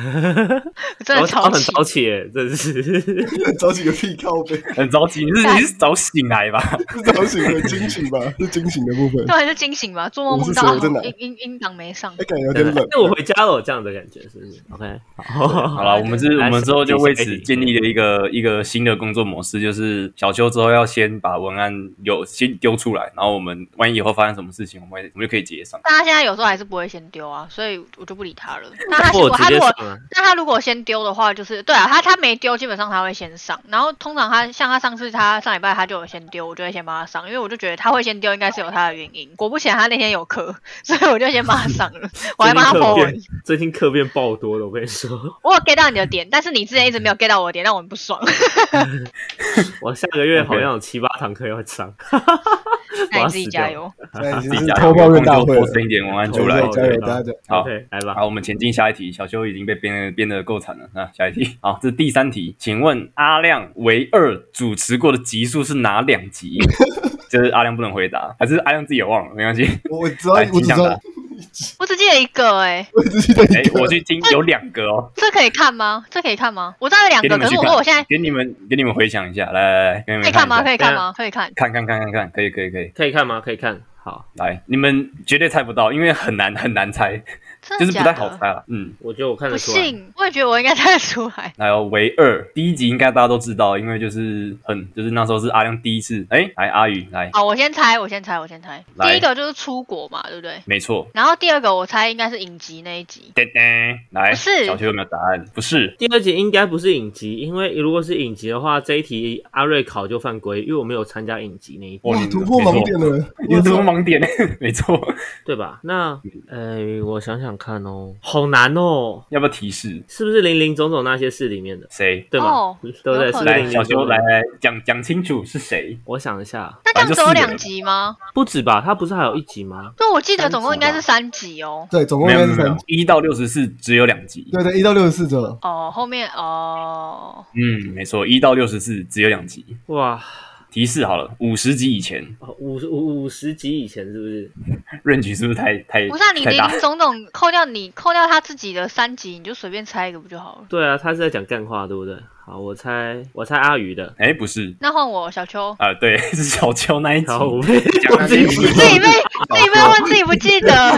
Speaker 4: 然后
Speaker 3: 真的
Speaker 4: 哦他
Speaker 3: 超
Speaker 4: 很
Speaker 3: 气。
Speaker 4: 早起耶，真是。
Speaker 2: 找几个屁靠背，
Speaker 1: 很着急，你是你是早醒来 吧？
Speaker 2: 是找几个惊醒吧，是惊醒的部分。
Speaker 3: 突然就惊醒吧，做梦
Speaker 2: 我
Speaker 3: 梦
Speaker 2: 是
Speaker 3: 到
Speaker 2: 谁我在
Speaker 3: 啊
Speaker 2: 哪
Speaker 3: 音音音档没上
Speaker 2: 哎，，感 觉有点冷。
Speaker 4: 那我回家了，这样的感觉是不是？OK，
Speaker 1: 好
Speaker 4: 好
Speaker 1: 了，我们是，
Speaker 4: 来
Speaker 1: 我们之后就为
Speaker 4: 下
Speaker 1: 此
Speaker 4: 一题
Speaker 1: 建立了一个一个新的工作模式，就是小邱之后要先把文案有先丢出来，然后我们万一以后发生什么事情，我们会我们就可以接上。
Speaker 3: 但他现在有时候还是不会先丢啊，所以我就不理他了。那他
Speaker 4: 或
Speaker 3: 如
Speaker 4: 我
Speaker 3: 果
Speaker 4: 直
Speaker 3: 他
Speaker 4: 接
Speaker 3: 如
Speaker 4: 上
Speaker 3: 果
Speaker 4: 啊。
Speaker 3: 那他如果先丢的话，就是对啊，他他没丢，基本上他会先上。然后通常他像他上次他上礼拜他就有先丢，我就会先帮他上，因为我就觉得他会先丢，应该是有他的原因。果不其然，他那天有课，所以我就先帮他上了，我还帮他
Speaker 4: 最近课
Speaker 3: po
Speaker 4: 变
Speaker 3: 文。，
Speaker 4: 最近课变爆多了，我跟你说，
Speaker 3: 我有 get 到你的点，但是你之前一直没有 get 到我的点，让我很不爽。
Speaker 4: 我下个月
Speaker 1: OK
Speaker 4: 好像有七八堂课要上。
Speaker 3: 那你自己加油。
Speaker 2: 现在已
Speaker 1: 自
Speaker 2: 经
Speaker 1: 己
Speaker 2: 是
Speaker 1: 加油
Speaker 2: 嗯偷抱怨大
Speaker 1: 工
Speaker 2: 会
Speaker 1: 作
Speaker 2: 了
Speaker 1: 多。生一点文案出
Speaker 2: 加
Speaker 1: 来
Speaker 2: 油。加油，
Speaker 4: 对
Speaker 2: 大家！
Speaker 1: 好，
Speaker 4: 对，来吧。
Speaker 1: 好，我们前进下一题。小修已经被编得编得够惨了，那下一题，好，这是第三题，请问阿亮唯二主持过的集数是哪两 集？就是阿亮不能回答，还是阿亮自己也忘了，没关系。
Speaker 2: 我我知道，我
Speaker 1: 来
Speaker 2: 只
Speaker 1: 吉
Speaker 2: 知
Speaker 1: 祥
Speaker 2: 道
Speaker 1: 的，，
Speaker 3: 我只记得一个哎、
Speaker 2: 我只记得
Speaker 1: 哎、
Speaker 2: 一个
Speaker 1: 我去听有两个哦，
Speaker 3: 这可以看吗？这可以看吗？我知道有两
Speaker 1: 给
Speaker 3: 个，
Speaker 1: 你们
Speaker 3: 可
Speaker 1: 去
Speaker 3: 是我
Speaker 1: 看
Speaker 3: 说我现在
Speaker 1: 给你们给你们回想一下，来来来，给你们
Speaker 3: 可以看
Speaker 1: 一下
Speaker 3: 吗？可以看吗？可以看。
Speaker 1: 看看看看看，可以可以可以，
Speaker 4: 可以看吗？可以看。好，
Speaker 1: 来，你们绝对猜不到，因为很难很难猜，
Speaker 3: 真的
Speaker 1: 就是不
Speaker 3: 嗯假
Speaker 1: 太
Speaker 3: 的？
Speaker 1: 好猜了。嗯，
Speaker 4: 我觉得我看
Speaker 3: 不
Speaker 4: 得出来。
Speaker 3: 信，我也觉得我应该猜得出来。
Speaker 1: 还有唯二第一集应该大家都知道，因为就是很就是那时候是阿亮第一次，哎、来阿宇来，
Speaker 3: 好，我先猜，我先猜，我先猜。
Speaker 1: 来
Speaker 3: 第一个就是出国嘛，对不对？
Speaker 1: 没错，
Speaker 3: 然后第二个我猜应该是影集那一集。
Speaker 1: 噔噔，来，
Speaker 3: 不是
Speaker 1: 小邱有没有答案？不是，
Speaker 4: 第二集应该不是影集，因为如果是影集的话，这一题阿瑞考就犯规，因为我没有参加影集那一
Speaker 1: 哇
Speaker 2: 哇，
Speaker 1: 你
Speaker 2: 突破盲点了！
Speaker 1: 你是什么盲点？ 没错，
Speaker 4: 对吧？那，
Speaker 3: 嗯
Speaker 4: 呃，我想想看哦，好难哦，
Speaker 1: 要不要提示？
Speaker 4: 是不是零零总总那些事里面的，
Speaker 1: 谁？
Speaker 4: 对吗？
Speaker 3: 哦
Speaker 4: 对不对？
Speaker 3: 有
Speaker 4: 是
Speaker 3: 可
Speaker 4: 不是
Speaker 3: 能
Speaker 1: 来，
Speaker 4: 零
Speaker 1: 小
Speaker 4: 零
Speaker 1: 邱
Speaker 4: 总
Speaker 1: 来
Speaker 4: 总？
Speaker 1: 来讲讲清楚是谁？
Speaker 4: 我想一下，
Speaker 3: 那这样
Speaker 1: 反正
Speaker 3: 只
Speaker 1: 就
Speaker 3: 有
Speaker 1: 四个人
Speaker 3: 两集吗？
Speaker 4: 不止吧？他不是还有一集吗？
Speaker 3: 就我记得总共应该是
Speaker 4: 三
Speaker 3: 三集哦。
Speaker 2: 对，总共
Speaker 1: 没
Speaker 2: 应
Speaker 1: 有
Speaker 2: 该
Speaker 1: 没
Speaker 2: 是
Speaker 1: 有没
Speaker 2: 三
Speaker 1: 有
Speaker 2: 集。，
Speaker 1: 一到六十四只有两集。
Speaker 2: 对对，一到六十四折。
Speaker 3: 哦，后面哦，
Speaker 1: 嗯，没错，一到六十四只有两集。
Speaker 4: 哇，
Speaker 1: 提示好了，五十集以前
Speaker 4: 哦五五五十集以前是不是？
Speaker 1: ，range 是不是太太
Speaker 3: 不是啊，你
Speaker 1: 哎太
Speaker 3: 零
Speaker 1: 大？
Speaker 3: 零总总扣掉你扣掉他自己的三集，你就随便猜一个不就好了？
Speaker 4: 对啊，他是在讲干话，对不对？好，我猜我猜阿宇的，
Speaker 1: 哎，不是
Speaker 3: 那换我小邱，
Speaker 1: 啊，对， 是小邱那一集。
Speaker 4: 好，我被
Speaker 1: 讲
Speaker 4: 我
Speaker 1: 那
Speaker 4: 自
Speaker 1: 些
Speaker 4: 己
Speaker 1: 名字
Speaker 3: 自己被自己被问自己不记得，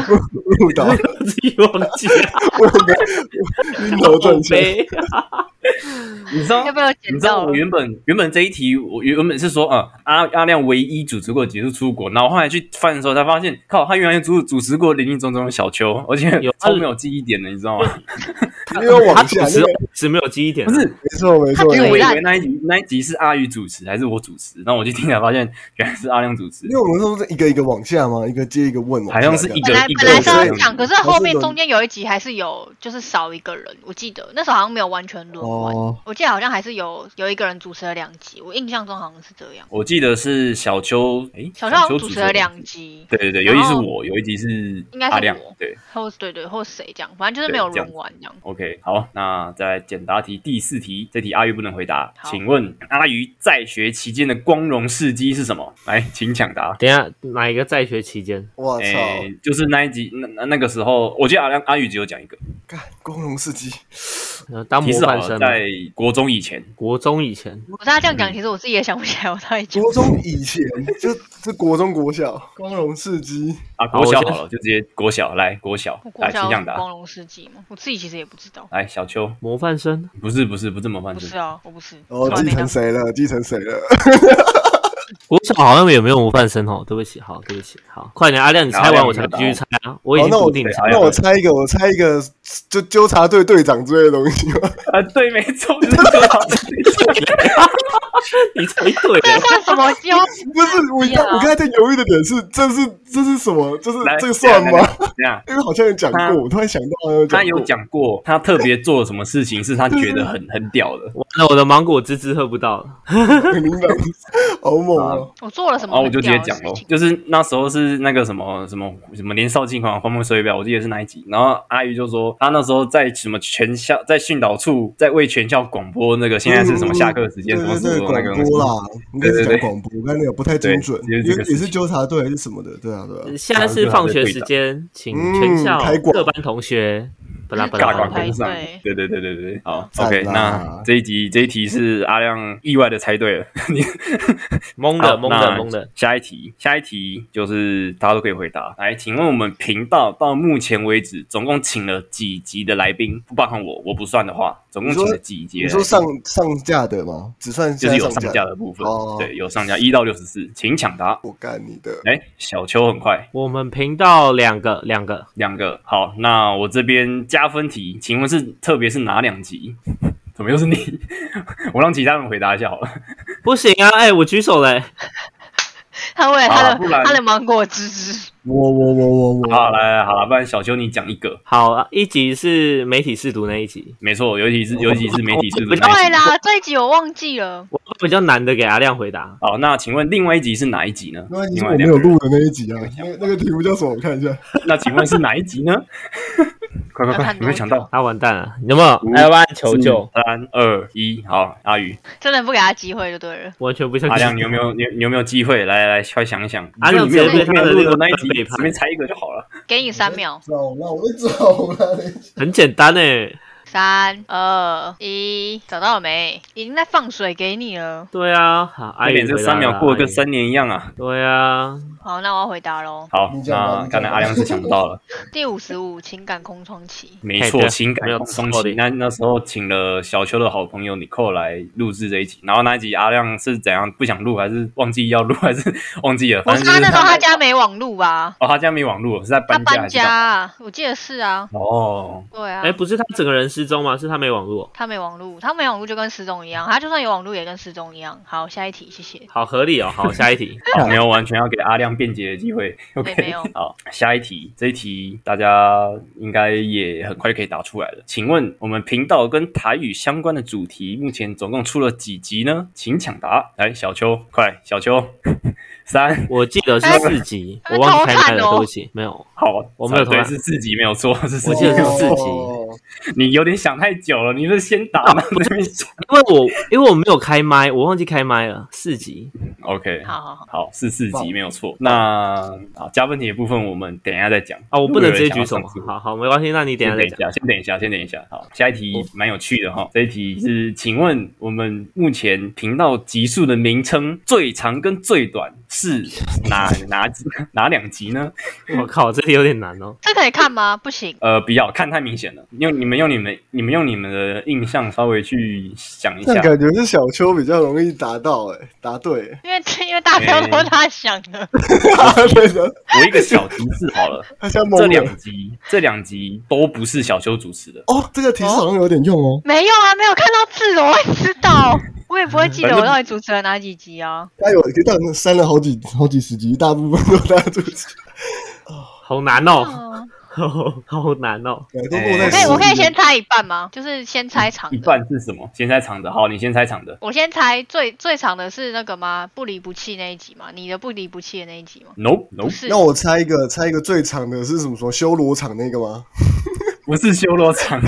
Speaker 2: 误导，
Speaker 4: 自己忘记了，啊
Speaker 2: 晕头转向。
Speaker 4: 背。
Speaker 1: 你知道
Speaker 3: 要被我
Speaker 1: 你
Speaker 3: 捡
Speaker 1: 知道
Speaker 3: 到
Speaker 1: 我
Speaker 3: 了。
Speaker 1: 原本原本这一题，我原本是说，啊，阿阿亮唯一主持过几次出国，然后后来去翻的时候，才发现，靠，他原来主主持过林林总总的小邱，而且
Speaker 4: 有
Speaker 1: 超没有记忆点的，你知道吗？
Speaker 2: 因为往
Speaker 4: 他主
Speaker 2: 下，
Speaker 4: 持
Speaker 2: 那个
Speaker 4: 只没有记忆点啊，
Speaker 1: 不是
Speaker 2: 没错没
Speaker 3: 他
Speaker 2: 错，
Speaker 1: 因
Speaker 3: 只
Speaker 1: 为我
Speaker 2: 因
Speaker 1: 以
Speaker 2: 为
Speaker 1: 为那一集那一集是阿宇主持还是我主持，然后我去听才发现原来是阿亮主持
Speaker 2: 因，为我们都是一个一个往下嘛，一个接一个问嘛，
Speaker 1: 好像是一
Speaker 3: 本
Speaker 1: 个
Speaker 3: 来
Speaker 1: 一
Speaker 3: 本来
Speaker 1: 个
Speaker 3: 是要讲，可是后
Speaker 2: 还是
Speaker 3: 面
Speaker 2: 轮
Speaker 3: 中间有一集还是有，就是少一个人，我记得那时候好像没有完全轮完，
Speaker 2: 哦
Speaker 3: 我记得好像还是有有一个人主持了两集，我印象中好像是这样。
Speaker 1: 我记得是小邱，哎，
Speaker 3: 小邱好像
Speaker 1: 邱
Speaker 3: 主持
Speaker 1: 持
Speaker 3: 了，两集，
Speaker 1: 对对对，有
Speaker 3: 然
Speaker 1: 一
Speaker 3: 后
Speaker 1: 集是我，有一集是
Speaker 3: 应该是
Speaker 1: 阿亮
Speaker 3: 我，
Speaker 1: 对
Speaker 3: 或对对或谁这样，反正就是
Speaker 1: 对
Speaker 3: 没有
Speaker 1: 这样
Speaker 3: 轮完这样。
Speaker 1: ，OK，好，那再来简答题第四题，这题阿宇不能回答，
Speaker 3: 好
Speaker 1: 请问阿宇在学期间的光荣事迹是什么？来，请抢答。
Speaker 4: 等一下哪一个在学期间？
Speaker 2: 我操，
Speaker 1: 哎，就是那一集，那那那个时候，我记得阿亮阿宇只有讲一个
Speaker 2: 干光荣事迹，
Speaker 4: 呃当
Speaker 1: 提
Speaker 4: 模
Speaker 1: 示好
Speaker 4: 范
Speaker 1: 了，
Speaker 4: 生吗，
Speaker 1: 在国中以前，
Speaker 4: 国中以前，
Speaker 3: 可是他这样讲，其实我自己也想不起来我到底 讲。
Speaker 2: 国中以前就就国中国小，光荣事迹，
Speaker 1: 啊，
Speaker 4: 好
Speaker 1: 国小
Speaker 4: 我先
Speaker 1: 好了，就直接国小来，国小
Speaker 3: 我国
Speaker 1: 来，请
Speaker 3: 小
Speaker 1: 抢
Speaker 3: 有
Speaker 1: 答
Speaker 3: 光。荣事迹吗？我自己其实也不知道。
Speaker 1: 来，小邱，
Speaker 4: 模范生，
Speaker 1: 不是不是不是模范
Speaker 3: 不是
Speaker 1: 生，
Speaker 3: 啊，我不是。
Speaker 2: 哦，
Speaker 3: 从来
Speaker 2: 继
Speaker 3: 没
Speaker 2: 承
Speaker 3: 当
Speaker 2: 谁了？继承谁了？
Speaker 4: 国小好像也没有模范生哦，对不起，好，对不起，好，快点，阿亮，你
Speaker 1: 然
Speaker 4: 猜
Speaker 1: 后阿
Speaker 4: 完
Speaker 1: 亮
Speaker 4: 我才
Speaker 1: 你就
Speaker 4: 继续
Speaker 1: 答
Speaker 4: 猜啊，我已经
Speaker 2: 好哦那我
Speaker 4: 固定
Speaker 1: 对
Speaker 4: 猜
Speaker 1: 阿
Speaker 4: 了
Speaker 2: 那我猜一个，我猜一个，就纠察队队长之类的东西吗？
Speaker 1: 啊，对，没错，就是国小
Speaker 4: 你猜对
Speaker 3: 这
Speaker 4: 了，
Speaker 3: 算什么教？
Speaker 2: 不是，我刚我刚才在犹豫的点是，这是这是什么？这是
Speaker 1: 来
Speaker 2: 这个算吗？？
Speaker 1: 这样，
Speaker 2: 因为好像有讲
Speaker 1: 他
Speaker 2: 过，我突然想到好像
Speaker 1: 他
Speaker 2: 讲
Speaker 1: 有
Speaker 2: 过。
Speaker 1: 讲过，他特别做了什么事情是他觉得很很屌的，
Speaker 4: 完了，我的芒果汁汁喝不到了，
Speaker 2: 很 敏感，好猛哦！
Speaker 3: 我做了什
Speaker 1: 然
Speaker 3: 么
Speaker 1: 后
Speaker 3: 嗯
Speaker 1: 我
Speaker 3: 很
Speaker 1: 就直
Speaker 3: 屌
Speaker 1: 接
Speaker 3: 的
Speaker 1: 讲
Speaker 3: 事
Speaker 1: 喽，
Speaker 3: 情？
Speaker 1: 就是那时候是那个什么什么什么年少轻狂荒漠水表，我记得是那一集。然后阿姨就说，她那时候在什么全校在训导处在为全校广播那个现在是什么下课时间什么
Speaker 2: 嗯对
Speaker 1: 什么
Speaker 2: 对对，广
Speaker 1: 什么那个东
Speaker 2: 播
Speaker 1: 西。
Speaker 2: 啦，应该是
Speaker 1: 对对
Speaker 2: 讲
Speaker 1: 对
Speaker 2: 广播，我刚才有不太精准，
Speaker 1: 对
Speaker 2: 也
Speaker 1: 就是这个事情
Speaker 2: 也是纠察队还是什么的，对啊对啊。
Speaker 4: 现在是放学时间，请全校
Speaker 2: 嗯开广
Speaker 4: 各班同学，巴拉巴
Speaker 1: 尬
Speaker 4: 拉
Speaker 1: 广
Speaker 4: 巴
Speaker 1: 工
Speaker 4: 拉，
Speaker 1: 上
Speaker 3: 对，
Speaker 1: 对对对对对，好
Speaker 2: 赞
Speaker 1: ，OK，
Speaker 2: 啦
Speaker 1: 那这一集这一题是阿亮意外的猜对了，你
Speaker 4: 懵
Speaker 1: 好
Speaker 4: 的懵
Speaker 1: 那
Speaker 4: 的懵的，
Speaker 1: 下一题，下一题就是大家都可以回答。来，请问我们频道到目前为止总共请了几集的来宾？不包含我，我不算的话，总共请了几集
Speaker 2: 你
Speaker 1: 的来
Speaker 2: 说
Speaker 1: 宾？
Speaker 2: 上上架的吗？只算
Speaker 1: 就
Speaker 2: 现
Speaker 1: 是
Speaker 2: 在
Speaker 1: 有
Speaker 2: 上
Speaker 1: 上架的部分，
Speaker 2: 哦
Speaker 1: 对，有上架一到六十四，请抢答。
Speaker 2: 我干你的！
Speaker 1: 哎，小邱很快
Speaker 4: 我们频道两个两个，
Speaker 1: 两个好，那我这边加分题，请问是特别是哪两集？怎么又是你？ 我让其他人回答一下好了。
Speaker 4: 不行啊，哎，我举手嘞，
Speaker 3: 他为了
Speaker 1: 好
Speaker 3: 他
Speaker 1: 啦
Speaker 3: 的
Speaker 1: 不然
Speaker 3: 他的芒果汁汁，
Speaker 2: 我我我我我，
Speaker 1: 好，来来好了，不然小修你讲一个，
Speaker 4: 好，一集是媒体试读那一集，
Speaker 1: 没错，尤其是尤其是媒体是不是？
Speaker 3: 对啦，这一集我忘记了，
Speaker 4: 我比较难的给阿亮回答。
Speaker 1: 好，那请问另外一集是哪一集呢？
Speaker 2: 那一集
Speaker 1: 另
Speaker 2: 是
Speaker 1: 外
Speaker 2: 我没
Speaker 1: 两
Speaker 2: 有
Speaker 1: 个人
Speaker 2: 录的那一集啊，那那个题目叫什么？我看一下，
Speaker 1: 那请问是哪一集呢？快快
Speaker 3: 要
Speaker 1: 快，
Speaker 3: 看
Speaker 1: 有没有
Speaker 3: 多
Speaker 1: 想
Speaker 3: 久
Speaker 1: 到？
Speaker 4: 他完蛋了，有没哎有？
Speaker 1: 嗯
Speaker 5: 还要帮他求救。
Speaker 1: 三二一，好，阿宇、
Speaker 3: 真的不给他机会就对了。
Speaker 4: 完全不像。
Speaker 1: 阿亮，你有没有你你有没有机会？来来来，快想一想，
Speaker 4: 阿亮
Speaker 1: 就你没有
Speaker 3: 直接
Speaker 1: 录
Speaker 4: 被
Speaker 1: 没
Speaker 4: 他
Speaker 1: 有
Speaker 4: 的
Speaker 1: 录
Speaker 4: 那
Speaker 1: 的
Speaker 4: 个
Speaker 1: 那一集
Speaker 4: 分贝，判
Speaker 1: 随便猜一个就好了。
Speaker 3: 给你三秒，
Speaker 2: 找了，我也找了。
Speaker 4: 很简单哎呢。
Speaker 3: 三二一，找到了没？已经在放水给你了。
Speaker 4: 对啊，好，阿
Speaker 1: 有
Speaker 4: 宇
Speaker 1: 点这三秒过得跟
Speaker 4: 身。
Speaker 1: 三年一样啊。
Speaker 4: 对啊，
Speaker 3: 好，那我要回答喽。
Speaker 1: 好
Speaker 2: 你，讲吧你
Speaker 1: 那
Speaker 2: 讲吧啊
Speaker 1: 刚才阿亮是想不到了，
Speaker 3: 第五十五情感空窗期，
Speaker 1: 没
Speaker 4: 嘿
Speaker 1: 错，
Speaker 4: 对
Speaker 1: 情
Speaker 4: 没
Speaker 1: 感
Speaker 4: 有
Speaker 1: 放松
Speaker 4: 错的
Speaker 1: 期。那那时候请了小秋的好朋友 Nicole 来录制这一集，然后那一集阿亮是怎样不想录，还是忘记要录，还是 忘记了？
Speaker 3: 我
Speaker 1: 反
Speaker 3: 是
Speaker 1: 正就
Speaker 3: 他那
Speaker 1: 是
Speaker 3: 时候他家没网路吧？
Speaker 1: 哦，他家没网络，是在
Speaker 3: 他
Speaker 1: 搬家
Speaker 3: 搬
Speaker 1: 还是干
Speaker 3: 家
Speaker 1: 嘛？
Speaker 3: 啊，我记得是啊，
Speaker 1: 哦，
Speaker 3: 对啊
Speaker 4: 哎、，不是他整个人失踪吗？是他没网络，
Speaker 3: 他没网路，他没网路就跟失踪一样，他就算有网路也跟失踪一样。好，下一题，谢谢。
Speaker 4: 好合理哦。好，下一题，
Speaker 1: 好，没有完全要给阿亮辩解的机会。
Speaker 3: 哎没
Speaker 1: OK，
Speaker 3: 有
Speaker 1: 好，下一题，这一题大家应该也很快可以答出来了。请问我们频道跟台语相关的主题，目前总共出了几集呢？请抢答。来，小秋，快，小秋， 三，
Speaker 4: 我记得是四集，
Speaker 3: 哎
Speaker 4: 我忘记开麦
Speaker 3: 哎
Speaker 4: 了，
Speaker 3: 头汗哦
Speaker 4: 对不起，没有。
Speaker 1: 好，
Speaker 4: 我没有
Speaker 1: 对
Speaker 4: 投啊
Speaker 1: 是四集没有错， 是四
Speaker 4: 我
Speaker 1: 集
Speaker 4: 记得
Speaker 1: 没
Speaker 4: 是
Speaker 1: 有错。
Speaker 4: 四集
Speaker 2: 哦
Speaker 1: 你有点想太久了，你是先答
Speaker 4: 啊
Speaker 1: 吗？不是想
Speaker 4: 因为我因为我没有开麦，我忘记开麦了，四集。
Speaker 1: OK，
Speaker 3: 好好好，
Speaker 1: 好，是四集没有错。那啊，加分题的部分我们等一下再讲
Speaker 4: 啊，我不能直接举手
Speaker 1: 总。
Speaker 4: 吗？好好，没关系，那你等一下
Speaker 1: 先等
Speaker 4: 再
Speaker 1: 一
Speaker 4: 讲。
Speaker 1: 下，先等一下，先等一下。好，下一题蛮有趣的哈。这一题是，请问我们目前频道集数的名称最长跟最短是哪哪几哪两集呢？
Speaker 4: 我靠，这题有点难哦。
Speaker 3: 这可以看吗？不行，
Speaker 1: 呃，不要看太明显了，用你们用你们你们用你们的印象稍微去想一
Speaker 2: 但
Speaker 1: 下。
Speaker 2: 感觉是小秋比较容易答到，哎，答对，哎
Speaker 3: 因为因为大家都是他想的。
Speaker 2: 对的，
Speaker 1: 我一个小提示好了，
Speaker 2: 他像
Speaker 1: 这
Speaker 2: 懵了
Speaker 1: 两。集这两集都不是小修主持的。
Speaker 2: 哦，这个提示好像有点用哦，
Speaker 3: 没有啊，没有看到字，我会知道，我也不会记得我到底主持了哪几集啊。
Speaker 2: 他有一段删了好几好几十集，大部分都大家主持，
Speaker 4: 好难哦，
Speaker 3: 嗯
Speaker 4: 好难哦。
Speaker 2: 对都落在
Speaker 1: 哎
Speaker 3: 可以，
Speaker 2: 十
Speaker 3: 我可
Speaker 2: 里
Speaker 3: 以
Speaker 2: 面
Speaker 3: 先猜一半吗？就是先猜长
Speaker 1: 嗯一
Speaker 3: 的。
Speaker 1: 半是什么？先猜长的，好，你先猜长的。
Speaker 3: 我先猜最最长的是那个吗？不离不弃那一集吗？你的不离不弃的那一集吗？
Speaker 1: No
Speaker 3: 不
Speaker 1: No，
Speaker 3: 是，
Speaker 2: 那我猜一个，猜一个最长的是什么？什么修罗场那个吗？
Speaker 1: 不是修罗场。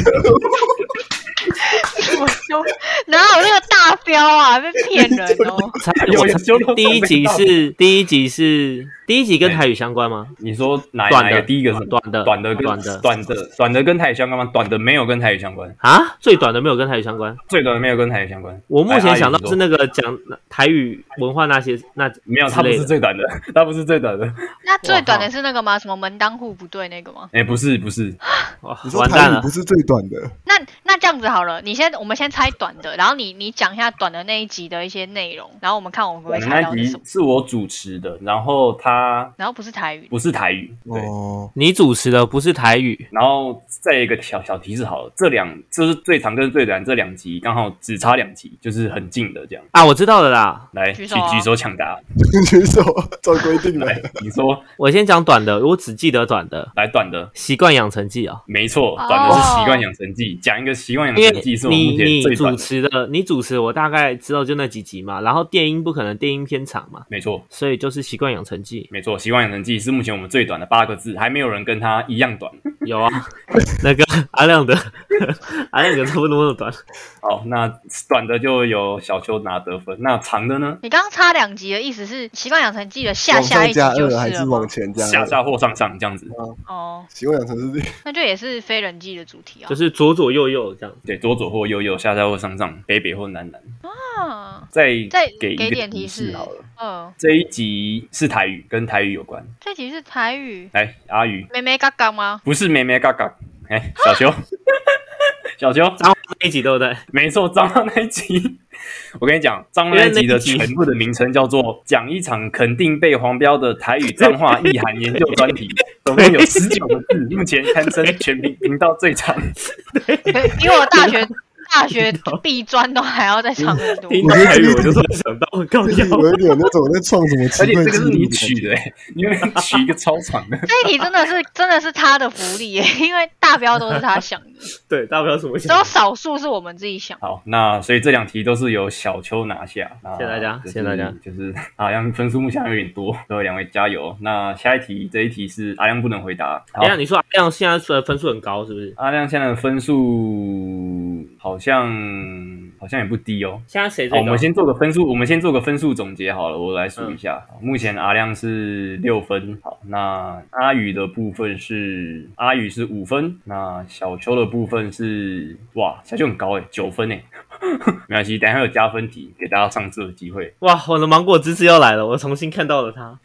Speaker 3: 我就 哪有那个大标啊？被骗人哦！
Speaker 4: 猜
Speaker 1: 有
Speaker 4: 我
Speaker 1: 有修
Speaker 4: 猜
Speaker 1: 罗场
Speaker 4: 第一集是第一集是第一集跟台语相关吗？
Speaker 1: 你说哪
Speaker 4: 短
Speaker 1: 哪
Speaker 4: 的
Speaker 1: 一个？第一个是什么
Speaker 4: 短的
Speaker 1: 短的跟
Speaker 4: 短的
Speaker 1: 短的短的跟台语相关吗？短的没有跟台语相关，
Speaker 4: 啊，最短的没有跟台语相关。
Speaker 1: 最短的没有跟台语相关。哎
Speaker 4: 我目前想到是
Speaker 1: 的，
Speaker 4: 那个讲台语文化那些那
Speaker 1: 没有，
Speaker 4: 之
Speaker 1: 它不
Speaker 4: 类
Speaker 1: 是
Speaker 4: 的。
Speaker 1: 最短的， 它不是最短的。
Speaker 3: 那最短的是那个吗？什么门当户不对那个吗？
Speaker 1: 哎，不是不是，
Speaker 4: 哇
Speaker 2: 你说
Speaker 4: 完蛋
Speaker 2: 台语
Speaker 4: 了
Speaker 2: 不，是最短的，
Speaker 3: 那那这样子好了，你先我们先猜短的，然后你你讲一下短的那一集的一些内容，然后我们看我们会不会
Speaker 1: 我们
Speaker 3: 猜
Speaker 1: 那
Speaker 3: 到是
Speaker 1: 集
Speaker 3: 什么。
Speaker 1: 是我主持的，然后它
Speaker 3: 然后不是台语，
Speaker 1: 不是台语，对。
Speaker 2: 哦，
Speaker 4: 你主持的不是台语，
Speaker 1: 然后再一个小小提示好了，这两就是最长跟最短这两集刚好只差两集，就是很近的这样。
Speaker 4: 啊，我知道了啦。
Speaker 1: 来，
Speaker 3: 举
Speaker 1: 举
Speaker 3: 手啊
Speaker 1: 举手抢答，
Speaker 2: 举手，照规定
Speaker 1: 来
Speaker 2: 来。，
Speaker 1: 你说
Speaker 4: 我先讲短的，我只记得短的
Speaker 1: 来短的，
Speaker 4: 《习惯养成记》啊，
Speaker 1: 没错
Speaker 3: 哦，
Speaker 1: 短的是习惯养成记，讲一个习惯养
Speaker 4: 因
Speaker 1: 成
Speaker 4: 为
Speaker 1: 记嗯是我目
Speaker 4: 你
Speaker 1: 前
Speaker 4: 你
Speaker 1: 最短
Speaker 4: 主
Speaker 1: 的，
Speaker 4: 持的你主持，我大概知道就那几集嘛。然后电音不可能电音偏长嘛，
Speaker 1: 没错。
Speaker 4: 所以就是《习惯养成记
Speaker 1: 没错，习惯养成记是目前我们最短的八个字，还没有人跟它一样短。》
Speaker 4: 有 啊，那个阿亮的 阿亮的差不多那么短。
Speaker 1: 好，那短的就由小秋拿得分，那长的呢？
Speaker 3: 你刚刚差两集的意思是《习惯养成记》的 下
Speaker 2: 往
Speaker 3: 下
Speaker 2: 上
Speaker 3: 一集
Speaker 2: 加
Speaker 3: 就
Speaker 2: 二还
Speaker 3: 是
Speaker 2: 是
Speaker 3: 了吗
Speaker 2: 往前加
Speaker 1: 下
Speaker 2: 二？
Speaker 1: 下或上上这样子，
Speaker 3: 哦，
Speaker 2: 习惯养成是
Speaker 3: 那就也是非人记的主题啊。
Speaker 4: 就是左左右右这样。
Speaker 1: 对，左左或右右，下下或上上，北北或南南。
Speaker 4: 嗯
Speaker 3: 啊，
Speaker 1: 再
Speaker 3: 再
Speaker 1: 给一
Speaker 3: 给
Speaker 1: 个
Speaker 3: 点
Speaker 1: 提
Speaker 3: 提示
Speaker 1: 示好了，
Speaker 3: 嗯，
Speaker 1: 这一集是台语，跟台语有关。
Speaker 3: 这集是台语，
Speaker 1: 来，阿宇
Speaker 3: 妹妹嘎嘎吗？
Speaker 1: 不是咩咩嘎嘎，哎，小秋，小秋，
Speaker 4: 然后那一集对不对？
Speaker 1: 没错，蟑螂那一集， 我跟你讲，蟑螂那一集的全部的名称叫做“讲一场肯定被黄标的台语脏话意涵研究专题”，总共有 十九个字，目前堪称全频频道最长。
Speaker 3: 比比我大学大学必专都还要再长很多。？
Speaker 4: 听到台语我就突然想到，我 靠
Speaker 2: 这
Speaker 4: 腰
Speaker 2: 里有一点那种在创什么奇
Speaker 1: 而且
Speaker 2: 怪
Speaker 1: 这
Speaker 2: 记
Speaker 1: 个是
Speaker 2: 录
Speaker 1: 你
Speaker 2: 的
Speaker 1: 取的、欸， 你有没有取一个超长 的
Speaker 3: 这一题真的是真的是他的福利耶， 因为大标都是他想的，
Speaker 4: 对，大不了什么
Speaker 3: 只
Speaker 4: 想
Speaker 3: 有。少数是我们自己想。
Speaker 1: 好，那所以这两题都是由小秋拿下，那
Speaker 4: 谢谢大家
Speaker 1: 就是
Speaker 4: 谢谢大家
Speaker 1: 就是好像分数目前有点多，各位两位加油。那下一题这一题是阿亮不能回答，好
Speaker 4: 等一，下你说阿亮现在分分数很高是不是？
Speaker 1: 阿亮现在的分数好像好像也不低哦。
Speaker 4: 现在谁
Speaker 1: 好，
Speaker 4: 最
Speaker 1: 我
Speaker 4: 高？
Speaker 1: 们先做个分数，我们先做个分数总结好了，我来数一下。
Speaker 4: 嗯
Speaker 1: 目前阿亮是六分，好，那阿宇的部分是阿宇是五分，那小秋的部分是哇，小秋很高哎，九分哎， 没关系，等一下有加分题给大家上次的机会。
Speaker 4: 哇，我的芒果之子要来了，我重新看到了它。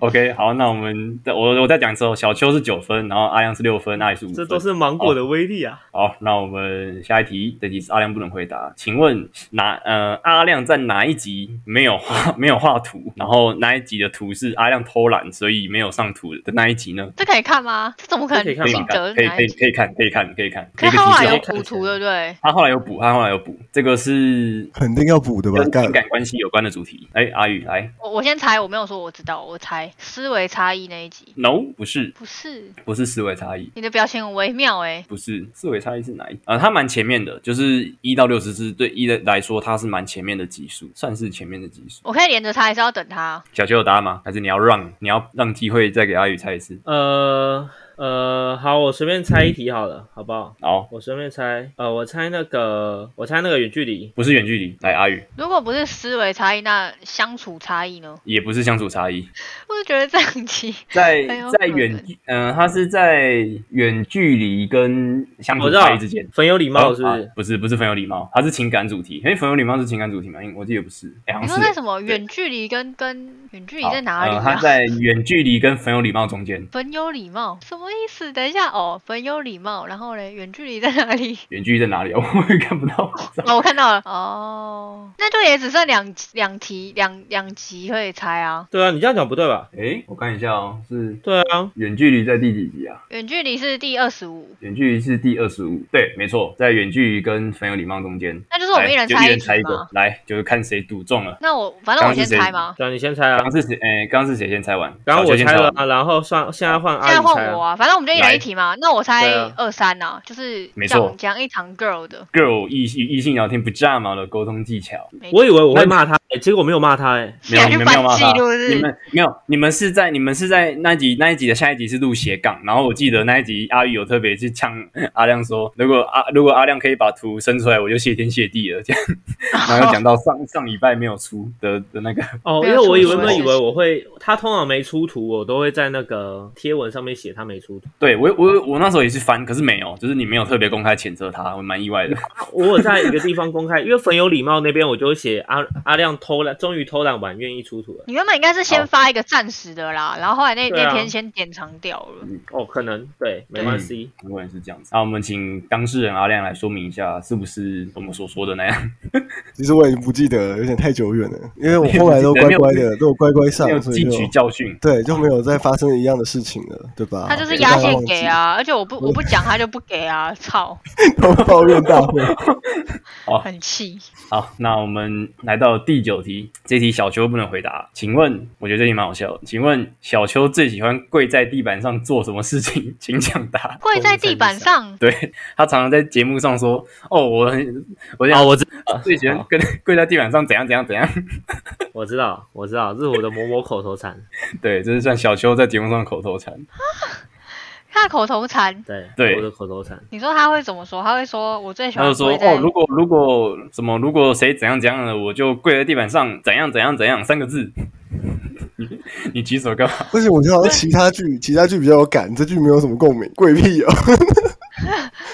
Speaker 1: OK，好，那我们再我我再讲一次哦，小秋是九分，然后阿亮是六分，阿宇是五分，
Speaker 4: 这都是芒果的威力啊！
Speaker 1: 好，那我们下一题，这题是阿亮不能回答。请问哪呃阿亮在哪一集没有画 没有画图？然后哪一集的图是阿亮偷懒所以没有上图的那一集呢？
Speaker 3: 这可以看吗？这怎么可能
Speaker 4: 这可以看
Speaker 1: 可以
Speaker 4: 吧
Speaker 3: 记
Speaker 1: 看，
Speaker 3: 得
Speaker 1: 可以
Speaker 3: 哪
Speaker 1: 可以
Speaker 3: 一集？
Speaker 1: 可以看，可以看，可以看。
Speaker 3: 可
Speaker 1: 一
Speaker 3: 是
Speaker 1: 个
Speaker 3: 他后来
Speaker 1: 提
Speaker 3: 有
Speaker 1: 示
Speaker 4: 看
Speaker 3: 补
Speaker 4: 起来
Speaker 3: 图，对不对？
Speaker 1: 他后来有补，他后来有补。这个是
Speaker 2: 肯定要补的吧？
Speaker 1: 跟
Speaker 2: 干
Speaker 1: 情，感关系有关的主题。哎，阿宇来
Speaker 3: 我我先猜，我没有说我知道，我猜思维差异那一集
Speaker 1: ，no，不是，
Speaker 3: 不是。
Speaker 1: 不是思维差异。
Speaker 3: 你的表情很微妙哎、
Speaker 1: 不是四维差异是哪一？啊，它蛮前面的，就是一到六十是对一的来说，它是蛮前面的级数，算是前面的级数。
Speaker 3: 我可以连着猜，还是要等他？
Speaker 1: 小秋有答案吗？还是你要让你要让机会再给阿宇猜一次？
Speaker 4: 呃呃，好，我随便猜一题好了，好不好？
Speaker 1: 好，
Speaker 4: 我随便猜，呃，我猜那个，我猜那个远距离，
Speaker 1: 不是远距离，来阿宇
Speaker 3: 如果不是思维差异，那相处差异呢？
Speaker 1: 也不是相处差异，
Speaker 3: 我就觉得这两集
Speaker 1: 在
Speaker 3: 哎呦
Speaker 1: 在远距，嗯、他是在远距离跟相
Speaker 4: 我
Speaker 1: 处
Speaker 4: 知道
Speaker 1: 差异之间。
Speaker 4: 很有礼貌，是不
Speaker 1: 啊
Speaker 4: 是？
Speaker 1: 不是不是很有礼貌，它是情感主题。哎，很有礼貌是情感主题吗？因为我记得不是，哎，好
Speaker 3: 你说
Speaker 1: 像是
Speaker 3: 在
Speaker 1: 哎。
Speaker 3: 什么远距离跟跟远距离
Speaker 1: 好
Speaker 3: 在哪里
Speaker 1: 呃？他
Speaker 3: 啊？
Speaker 1: 在远距离跟很有礼貌中间，
Speaker 3: 很有礼貌什么意思？等一下哦，很有礼貌，然后嘞，远距离在哪里？
Speaker 1: 远距离在哪里啊？ 我也看不到。
Speaker 3: 哦，我看到了哦，那就也只剩两两题两两集可以猜啊。
Speaker 4: 对啊，你这样讲不对吧？
Speaker 1: 哎，我看一下哦，是
Speaker 4: 对啊，
Speaker 1: 远距离在第几集啊？
Speaker 3: 远距离是第二十五，
Speaker 1: 远距离是第二十五，对，没错，在远距离跟很有礼貌中间，
Speaker 3: 那就是我们
Speaker 1: 来
Speaker 3: 一人
Speaker 1: 哎就
Speaker 3: 猜
Speaker 1: 一
Speaker 3: 一
Speaker 1: 人
Speaker 3: 题
Speaker 1: 猜一个
Speaker 3: 嘛，
Speaker 1: 来，就是看谁赌中了。
Speaker 3: 那我反正我
Speaker 1: 刚刚是
Speaker 3: 先
Speaker 1: 谁
Speaker 3: 猜嘛，
Speaker 4: 对啊，你先猜
Speaker 1: 刚
Speaker 4: 啊
Speaker 1: 刚，是谁？诶，刚刚是谁先猜完？
Speaker 4: 刚刚
Speaker 1: 小
Speaker 4: 我
Speaker 1: 秋先
Speaker 4: 猜了
Speaker 1: 完，
Speaker 4: 啊，然后算现在换
Speaker 3: 现
Speaker 4: 阿
Speaker 3: 在
Speaker 4: 姨猜
Speaker 3: 换我
Speaker 4: 啊，
Speaker 3: 啊，反正我们就一人
Speaker 1: 来
Speaker 3: 一题嘛。那我猜
Speaker 4: 对啊
Speaker 3: 二三呐，就是
Speaker 1: 没错
Speaker 3: 讲讲一堂 girl 的，
Speaker 1: girl 异性异性聊天不炸毛的沟通技巧，
Speaker 3: 没
Speaker 4: 我以为我会骂他，欸结果我没有骂他，哎，
Speaker 1: 没 有，
Speaker 3: 你还
Speaker 1: 你
Speaker 3: 去
Speaker 1: 们没有骂
Speaker 3: 翻
Speaker 1: 他
Speaker 3: 记录是不，是
Speaker 1: 你们没有，你们是在你们是在那一集那一集的下一集是录斜杠，然后我记得那一集阿宇有特别去呛阿亮说，如果阿如果阿亮可以把图生出来，我就谢天谢地了，这样，然后讲到上上礼拜没有出的的那个，
Speaker 4: 哦，
Speaker 3: 没
Speaker 4: 因
Speaker 3: 有
Speaker 4: 为我以为
Speaker 3: 啊出
Speaker 4: 他
Speaker 3: 图
Speaker 4: 以为我会，他通常没出图，我都会在那个贴文上面写他没出图。
Speaker 1: 对我我我那时候也是翻，可是没有，就是你没有特别公开谴责他，我蛮意外的。
Speaker 4: 我有在一个地方公开，因为粉有礼貌那边我就会写阿阿亮偷懒，终于偷懒完，愿意出图了。
Speaker 3: 你原本应该是
Speaker 1: 好
Speaker 3: 先发一个暂时的啦，然后后来那、
Speaker 4: 对啊
Speaker 3: 那天先典藏掉了。
Speaker 1: 嗯
Speaker 4: 哦，可能对，没关系。
Speaker 1: 如果你是这样子，那我们请当事人阿亮来说明一下，是不是我们所说的那样？
Speaker 2: 其实我已经不记得了，有点太久远了，因为我后来都乖乖的，都有乖乖上
Speaker 1: 没有，
Speaker 2: 所
Speaker 1: 汲
Speaker 2: 以就
Speaker 1: 取教训。
Speaker 2: 对就没有再发生一样的事情了，对吧？
Speaker 3: 他就是
Speaker 2: 大
Speaker 3: 压
Speaker 2: 家
Speaker 3: 线
Speaker 2: 忘
Speaker 3: 给
Speaker 2: 记，
Speaker 3: 啊，而且我不我不讲他就不给啊，操，
Speaker 2: 都 抱怨大 会。
Speaker 3: 很气。
Speaker 1: 好，那我们来到第九题，这题小秋不能回答。请问，我觉得这题蛮好笑的。请问小秋最喜欢跪在地板上做什么事情？ 请抢答。
Speaker 3: 跪在地板上，
Speaker 1: 对他常常在节目上说：“哦，我很，哦我想、
Speaker 5: 啊，
Speaker 4: 哦
Speaker 5: 我知
Speaker 1: 最喜欢跟跪在地板上怎样怎样怎 样。
Speaker 4: 我知道，我知道，这是我的某某口头禅。”
Speaker 1: 对，这是算小秋在节目上的口头禅。
Speaker 3: 他口头禅。
Speaker 4: 对，
Speaker 1: 对
Speaker 4: 我的口头禅。
Speaker 3: 你说他会怎么说？他会说我最喜
Speaker 1: 他
Speaker 3: 欢
Speaker 1: 就说
Speaker 3: 跪：“在
Speaker 1: 哦，如果如果什么，如果谁怎样怎样的，我就跪在地板上，怎样怎样怎样，三个字。 你”你举手干嘛？
Speaker 2: 而且我觉得好像其他剧，其他剧比较有感，这剧没有什么共鸣， 贵屁哦！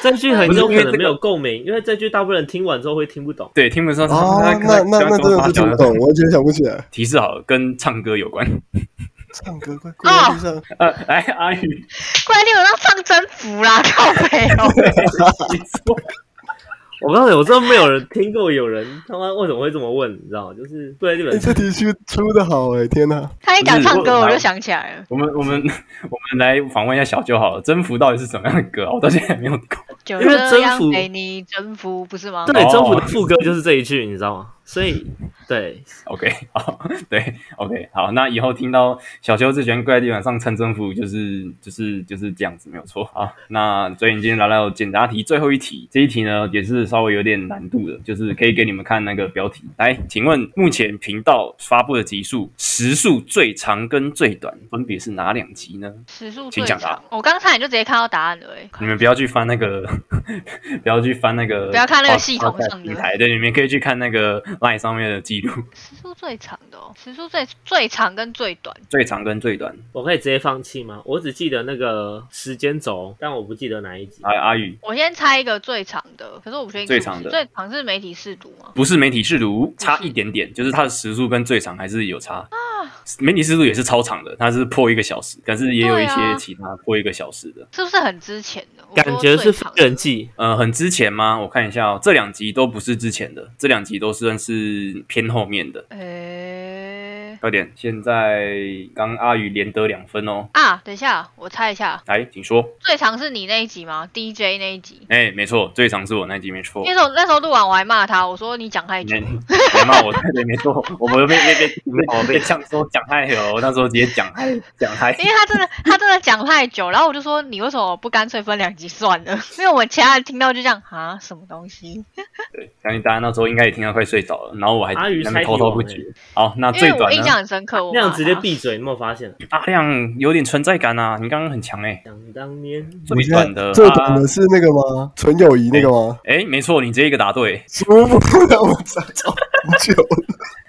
Speaker 4: 这句很
Speaker 1: 不是
Speaker 4: 有
Speaker 1: 因为
Speaker 4: 可
Speaker 1: 这
Speaker 4: 能
Speaker 1: 个
Speaker 4: 没有共鸣，因为这句大部分人听完之后会听不懂。
Speaker 1: 对，听不说。
Speaker 2: 哦，
Speaker 1: 他
Speaker 2: 那那那真的是听不。
Speaker 1: 他他他他他他
Speaker 2: 懂，我觉得想不起来。
Speaker 1: 提示好了，跟唱歌有关。
Speaker 2: 唱歌快跪在地上，
Speaker 1: 呃， 来，阿宇，
Speaker 3: 跪在地板上上征服啦， 靠背哦。
Speaker 1: 你说
Speaker 4: 我告诉你，我真的没有人听过有人他妈为什么会这么问，你知道吗？就是对在日
Speaker 2: 哎
Speaker 4: 本
Speaker 2: 这题出出的好哎，天哪！
Speaker 3: 他一讲唱歌，
Speaker 1: 不是我
Speaker 3: 我就想起来了。
Speaker 1: 我们我们我们来访问一下小九好了，征服到底是什么样的歌啊？我到现在还没有听过。
Speaker 3: 就
Speaker 4: 因为
Speaker 3: 这样
Speaker 4: 征服
Speaker 3: 给你征服，不是吗？
Speaker 4: 对，
Speaker 1: 哦
Speaker 4: 征服的副歌就是这一句，你知道吗？所以，对，
Speaker 1: OK，好， 对，OK，好，那以后听到小修之前跪在地板上蹭政府，就是就是就是这样子，没有错。好，那所以今天来到简答题最后一题，这一题呢也是稍微有点难度的，就是可以给你们看那个标题。来，请问目前频道发布的集数时数最长跟最短分别是哪两集呢？
Speaker 3: 时速
Speaker 1: 请
Speaker 3: 最
Speaker 1: 讲答啊
Speaker 3: 长，我刚才你就直接看到答案了、欸，
Speaker 1: 你们不要去翻那个， 不要去翻那个，
Speaker 3: 不要看那个系统上的
Speaker 1: 平台，对，你们可以去看那个 LINE 上面的记录，
Speaker 3: 时速最长的、哦，时速最最长跟最短，
Speaker 1: 最长跟最短。
Speaker 4: 我可以直接放弃吗？我只记得那个时间轴，但我不记得哪一集。
Speaker 1: 阿阿宇，
Speaker 3: 我先猜一个最长的，可是我不确定
Speaker 1: 最
Speaker 3: 是不
Speaker 1: 长
Speaker 3: 是
Speaker 1: 的
Speaker 3: 最长是媒体试读吗？
Speaker 1: 不是媒体试读，差一点点，就是它的时速跟最长还是有差。媒体试读也是超长的，它是破一个小时，但是也有一
Speaker 3: 对
Speaker 1: 些
Speaker 3: 啊
Speaker 1: 其他破一个小时的。
Speaker 3: 是不是很之前的？我说
Speaker 5: 感觉是
Speaker 3: 最
Speaker 5: 非
Speaker 3: 长的
Speaker 5: 人记，
Speaker 1: 呃，很之前吗？我看一下哦，这两集都不是之前的，这两集都算是偏后面的。
Speaker 3: 诶、
Speaker 1: 快点，现在刚阿宇连得两分哦，
Speaker 3: 啊，等一下，我猜一下，
Speaker 1: 来，请说。
Speaker 3: 最长是你那一集吗？DJ 那一集。
Speaker 1: 哎、没错，最长是我那集没错
Speaker 3: 那。时候那时候录完我还骂他，我说你讲太
Speaker 1: 你
Speaker 3: 久，
Speaker 1: 你骂我，对，没错，我们被被被被被呛说讲嗨了，我那时候直接讲嗨讲嗨。
Speaker 3: 因为他真的他真的讲太久，然后我就说你为什么不干脆分两集算了？ 因为我们其他人听到就这样啊什么东西，
Speaker 1: 相信大家那时候应该也听到快睡着了，然后我还
Speaker 4: 阿鱼
Speaker 1: 在那边
Speaker 4: 猜
Speaker 1: 滔
Speaker 4: 题
Speaker 1: 滔
Speaker 4: 王
Speaker 1: 不
Speaker 4: 欸
Speaker 1: 绝。好，那
Speaker 3: 因
Speaker 1: 啊最
Speaker 3: 为我
Speaker 1: 短
Speaker 3: 印象
Speaker 1: 呢？
Speaker 3: 很深刻，我
Speaker 4: 那样直接
Speaker 3: 骂他
Speaker 4: 闭嘴，你有没有发现？
Speaker 1: 阿亮有点存在感啊，你刚刚很强哎、
Speaker 4: 想当年，
Speaker 1: 最短的
Speaker 2: 最短
Speaker 1: 啊
Speaker 2: 的是那个吗？纯友谊那个吗？
Speaker 1: 哎、没错，你直接一个答对。
Speaker 2: 舒服让我找找很久，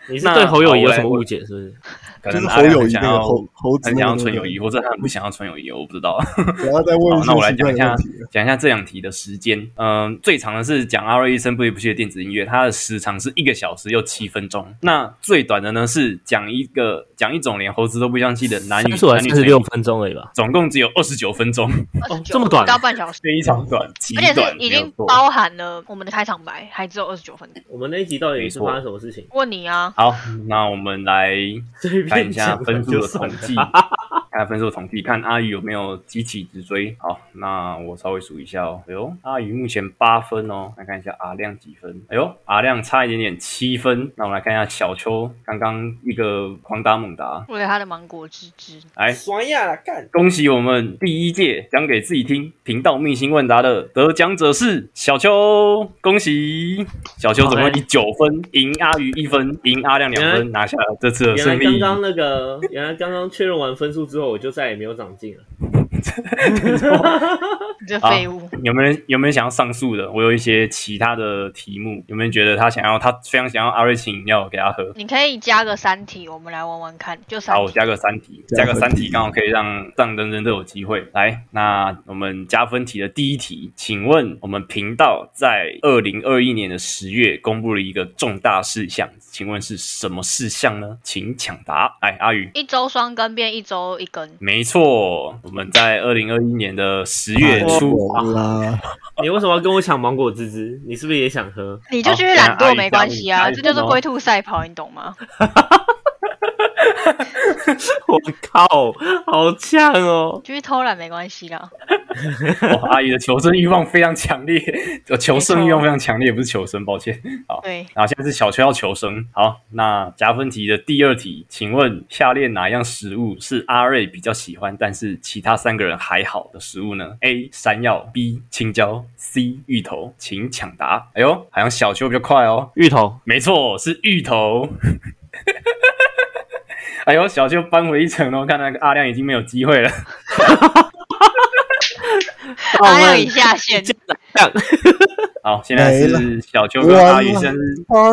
Speaker 4: 你是
Speaker 1: 那
Speaker 4: 对侯友谊
Speaker 1: 好
Speaker 4: 有
Speaker 1: 我来
Speaker 4: 什么误解？是不是？
Speaker 1: 可
Speaker 2: 就是
Speaker 1: 能阿
Speaker 2: 侯
Speaker 1: 亮
Speaker 2: 友谊那
Speaker 1: 很想
Speaker 2: 个
Speaker 1: 要
Speaker 2: 猴猴子
Speaker 1: 很
Speaker 2: 那
Speaker 1: 想
Speaker 2: 个
Speaker 1: 要
Speaker 2: 东西
Speaker 1: 纯友谊，或者他很不想要纯友谊，我不知道。
Speaker 2: 等下再问一
Speaker 1: 好，那我来
Speaker 2: 些奇
Speaker 1: 讲
Speaker 2: 怪
Speaker 1: 一
Speaker 2: 的
Speaker 1: 下
Speaker 2: 问题。，啊
Speaker 1: 讲一下这两题的时间。嗯、最长的是讲阿瑞医生不离不弃的电子音乐，它的时长是一个小时又七分钟。那最短的呢是讲一个讲一种连猴子都不相信的男女
Speaker 5: 三十完
Speaker 1: 男女
Speaker 5: 三
Speaker 1: 朋
Speaker 5: 十
Speaker 1: 友
Speaker 5: 六分钟而已吧。
Speaker 1: 总共只有二十九分钟，
Speaker 3: 二十
Speaker 4: 哦这
Speaker 3: 九
Speaker 4: 么短
Speaker 3: 不到半小时，
Speaker 1: 非常短，极
Speaker 3: 而且是
Speaker 1: 短，
Speaker 3: 已
Speaker 1: 没有
Speaker 3: 经
Speaker 1: 错
Speaker 3: 包含了我们的开场白，还只有二十九分钟。
Speaker 4: 我们那一集到底是
Speaker 1: 没错
Speaker 4: 发生什么事情？
Speaker 3: 问你啊，
Speaker 1: 好，那我们来
Speaker 4: 随
Speaker 1: 看
Speaker 4: 便
Speaker 1: 一下
Speaker 4: 讲
Speaker 1: 分数
Speaker 4: 就
Speaker 1: 的
Speaker 4: 算
Speaker 1: 统
Speaker 4: 了
Speaker 1: 计， 看分数的统计，看阿宇有没有急起直追。好，那我稍微数一下哦。哎呦，阿宇目前八分哦，来看一下阿亮几分。哎呦，阿亮差一点点七分。那我们来看一下小邱，刚刚一个狂打猛打，
Speaker 3: 为了他的芒果汁汁，
Speaker 1: 来
Speaker 6: 爽呀啦，干！
Speaker 1: 恭喜我们第一届讲给自己听频道秘辛问答的得奖者是小邱，恭喜小邱总共以九分赢阿鱼一分，赢阿亮两
Speaker 4: 原
Speaker 1: 分，拿下了这次的
Speaker 4: 嗯原来
Speaker 1: 胜
Speaker 4: 刚
Speaker 1: 利。
Speaker 4: 刚那个，原来刚刚确认完分数之后，我就再也没有长 进了。
Speaker 3: 你这废物。
Speaker 1: 有没有人有没有人想要上诉的？我有一些其他的题目，有没有人觉得他想要他非常想要阿瑞请饮料给他喝？
Speaker 3: 你可以加个三题，我们来玩玩看，就三
Speaker 1: 好，我
Speaker 3: 题。
Speaker 1: 加个三题，加
Speaker 2: 加
Speaker 1: 个
Speaker 2: 分
Speaker 1: 三题
Speaker 2: 题
Speaker 1: 刚好可以让让人人都有机会。来，那我们加分题的第一题，请问我们频道在二零二一年的十月公布了一个重大事项，请问是什么事项呢？请抢答。来，阿宇。
Speaker 3: 一周双更变一周一更，
Speaker 1: 没错，我们在二零二一年的十月初，
Speaker 2: 好啦，
Speaker 4: 你为什么要跟我抢芒果汁汁？你是不是也想喝？
Speaker 3: 你就继续懒
Speaker 1: 好等
Speaker 3: 惰
Speaker 1: 一下阿姨
Speaker 3: 没关系
Speaker 1: 阿
Speaker 3: 啊，
Speaker 1: 姨
Speaker 3: 这就是
Speaker 1: 阿姨
Speaker 3: 龟兔赛跑，你懂吗？
Speaker 4: 我靠，好呛哦！
Speaker 3: 继续偷懒没关系啦。
Speaker 1: 哇哦阿姨的求生欲望非常强烈，呃，求生欲望非常强烈，不是求生，抱歉。
Speaker 3: 对，
Speaker 1: 然后啊现在是小邱要求生。好，那加分题的第二题，请问下列哪样食物是阿瑞比较喜欢，但是其他三个人还好的食物呢？A. 山药，B. 青椒，C. 芋头，请抢答。哎呦，好像小邱比较快哦。
Speaker 5: 芋头，
Speaker 1: 没错，是芋头。 哎呦，小邱扳回一城哦，看那个阿亮已经没有机会了。
Speaker 5: 我
Speaker 3: 还有
Speaker 5: 们
Speaker 3: 一下线，
Speaker 1: 哎好，现在
Speaker 2: 没
Speaker 1: 是小邱跟阿宇生日。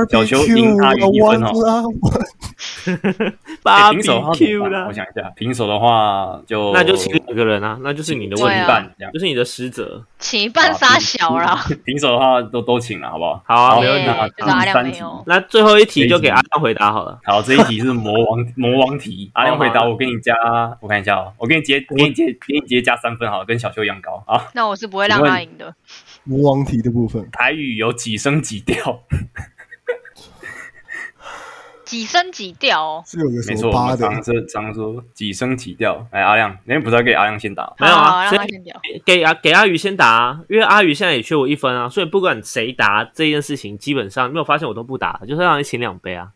Speaker 1: 小邱赢阿
Speaker 2: Barbecue，
Speaker 1: 宇一分哦
Speaker 2: 我忘了
Speaker 1: 哎
Speaker 4: 芭
Speaker 1: 平
Speaker 4: 比
Speaker 1: 手的话怎么
Speaker 4: Q
Speaker 1: 办
Speaker 4: 啦
Speaker 1: 我，想一哦下，平手的话就
Speaker 4: 那就请两个人啊，那就是你的
Speaker 1: 请
Speaker 4: 问
Speaker 3: 对
Speaker 4: 题
Speaker 1: 一
Speaker 3: 啊
Speaker 4: 吧，
Speaker 1: 半这样。
Speaker 4: 就是你的失责。
Speaker 3: 起半杀小啦。
Speaker 1: 平手的话都都请了，好不好？
Speaker 4: 好啊，
Speaker 1: 好
Speaker 4: 没问题
Speaker 3: 耶。
Speaker 1: 那
Speaker 3: 就是阿亮
Speaker 1: 三
Speaker 3: 没
Speaker 1: 题
Speaker 3: 有。
Speaker 4: 那最后一题就给阿亮回答好了。
Speaker 1: 好，这一题是魔 王魔王题，阿亮回答
Speaker 4: 好好
Speaker 1: 我给你加，我看一下哦，我给你直接给你直接给你直接加三分好了，跟小秀一样高啊。
Speaker 3: 那我是不会让他赢的。
Speaker 2: 魔王题的部分，
Speaker 1: 台语有几声几调？
Speaker 3: 几升几调哦。
Speaker 2: 是有个
Speaker 1: 没
Speaker 2: 什
Speaker 1: 错，
Speaker 2: 么八
Speaker 1: 我们
Speaker 2: 的，
Speaker 1: 常说常说几升几调。哎，阿亮，那天不是要给阿亮先打 吗？
Speaker 4: 没有啊
Speaker 3: 好好让
Speaker 4: 所以
Speaker 3: 他先调。
Speaker 4: 给阿给阿宇先打、啊，因为阿宇现在也缺我一分啊，所以不管谁答这件事情，基本上没有发现我都不打，就是让你请两杯啊。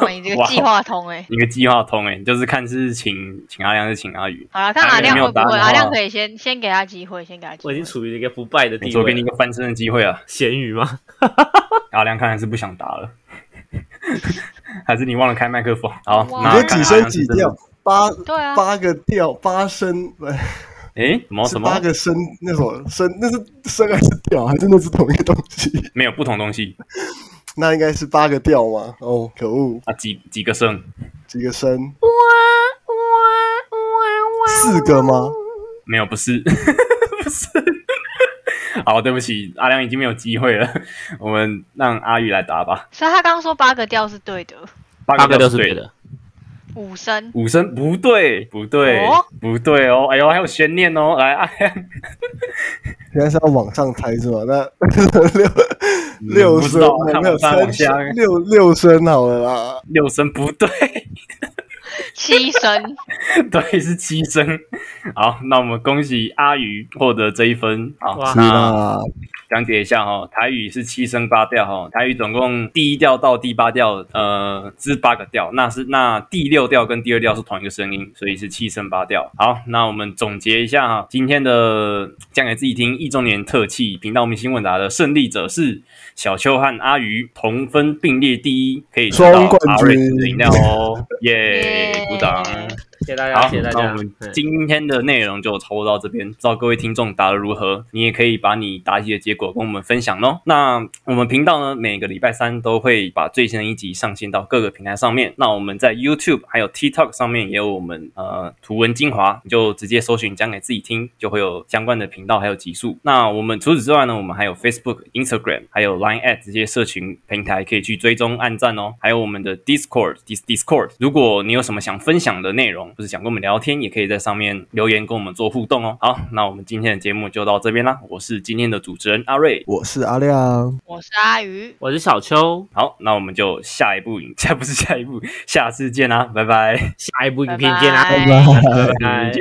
Speaker 3: 哇，你这个计划通哎、
Speaker 1: 你个计划通哎、你就是看是请请阿亮还是请阿宇。
Speaker 3: 好了，看
Speaker 1: 阿
Speaker 3: 阿
Speaker 1: 亮
Speaker 3: 亮
Speaker 1: 没有
Speaker 3: 会
Speaker 1: 答
Speaker 3: 不会，
Speaker 1: 的话
Speaker 3: 阿亮可以先先给他机会，先给他机
Speaker 4: 我
Speaker 3: 会。
Speaker 4: 已经处于一个不败的
Speaker 1: 没
Speaker 4: 地
Speaker 1: 错，给
Speaker 4: 位啊
Speaker 1: 你一
Speaker 4: 了，
Speaker 1: 个翻身的机会啊！
Speaker 4: 咸鱼吗？
Speaker 1: 阿亮看来是不想打了， 还是你忘了开麦克风？好，
Speaker 3: 哇
Speaker 1: 那
Speaker 2: 你
Speaker 1: 看
Speaker 2: 就几
Speaker 1: 来阿
Speaker 2: 声
Speaker 1: 亮是
Speaker 2: 几
Speaker 1: 真的
Speaker 2: 调？，八
Speaker 3: 对啊，
Speaker 2: 八个调，八声，哎
Speaker 1: 哎，什么
Speaker 2: 是
Speaker 1: 什
Speaker 2: 八
Speaker 1: 么？
Speaker 2: 个声，那什么声，那是声还是调，还真的是同一个东西？
Speaker 1: 没有不同东西
Speaker 2: 那应该是八个调嘛？哦，可恶，
Speaker 1: 啊，几几个声？
Speaker 2: 几个声？四个吗？
Speaker 1: 没有，不是， 不是。 好，对不起，阿亮已经没有机会了，我们让阿宇来答吧。
Speaker 3: 所以他刚刚说八个调是对的，
Speaker 1: 八
Speaker 4: 八个
Speaker 1: 调
Speaker 4: 都是
Speaker 1: 是对
Speaker 4: 对
Speaker 1: 的，
Speaker 4: 的，
Speaker 3: 五声。
Speaker 1: 五声不对，不对，
Speaker 3: 哦
Speaker 1: 不对哦。哎呦，还有悬念哦。来，阿亮，
Speaker 2: 原来是要往上猜是吧？ 那六六
Speaker 1: 不知
Speaker 2: 声
Speaker 1: 道看
Speaker 2: 没有
Speaker 1: 往上往
Speaker 2: 三
Speaker 1: 下
Speaker 2: 声六六声好了啦，
Speaker 1: 六声不对，
Speaker 3: 七声，
Speaker 1: 对，是七声。好，那我们恭喜阿宇获得这一分。好，
Speaker 4: 哇
Speaker 2: 是
Speaker 1: 那
Speaker 2: 啦，
Speaker 1: 讲解一下哈、台语是七声八调哈、台语总共第一调到第八调，呃，是八个调，那是那第六调跟第二调是同一个声音，所以是七声八调。好，那我们总结一下哈、今天的讲给自己听一周年特辑频道明星问答的胜利者是小邱和阿鱼同分并列第一，可以得到
Speaker 2: 双冠军
Speaker 1: 阿瑞斯的饮料哦，耶、
Speaker 3: 耶
Speaker 1: 鼓掌！
Speaker 4: 谢谢大
Speaker 1: 好
Speaker 4: 家，谢谢大，
Speaker 1: 那我
Speaker 4: 家。
Speaker 1: 们
Speaker 4: 嗯
Speaker 1: 今天的内容就差不多到这边，不知道各位听众答的如何？你也可以把你答题的结果跟我们分享喽。那我们频道呢，每个礼拜三都会把最新的一集上线到各个平台上面。那我们在 YouTube 还有 TikTok 上面也有我们呃图文精华，你就直接搜寻讲给自己听，就会有相关的频道还有集数。那我们除此之外呢，我们还有 Facebook、Instagram 还有 Line at 这些社群平台可以去追踪、按赞哦。还有我们的 Discord、Dis Discord，如果你有什么想分享的内容，或是想跟我们聊天，也可以在上面留言跟我们做互动哦。好，那我们今天的节目就到这边啦，我是今天的主持人阿瑞。
Speaker 2: 我是阿亮。
Speaker 3: 我是阿鱼，
Speaker 4: 我是小邱，
Speaker 1: 好，那我们就下一部影， 下不是下一部，下次见啦，拜拜，
Speaker 4: 下一部影片见啦，啊
Speaker 3: 拜
Speaker 4: 拜
Speaker 3: 拜
Speaker 4: 拜
Speaker 1: 见。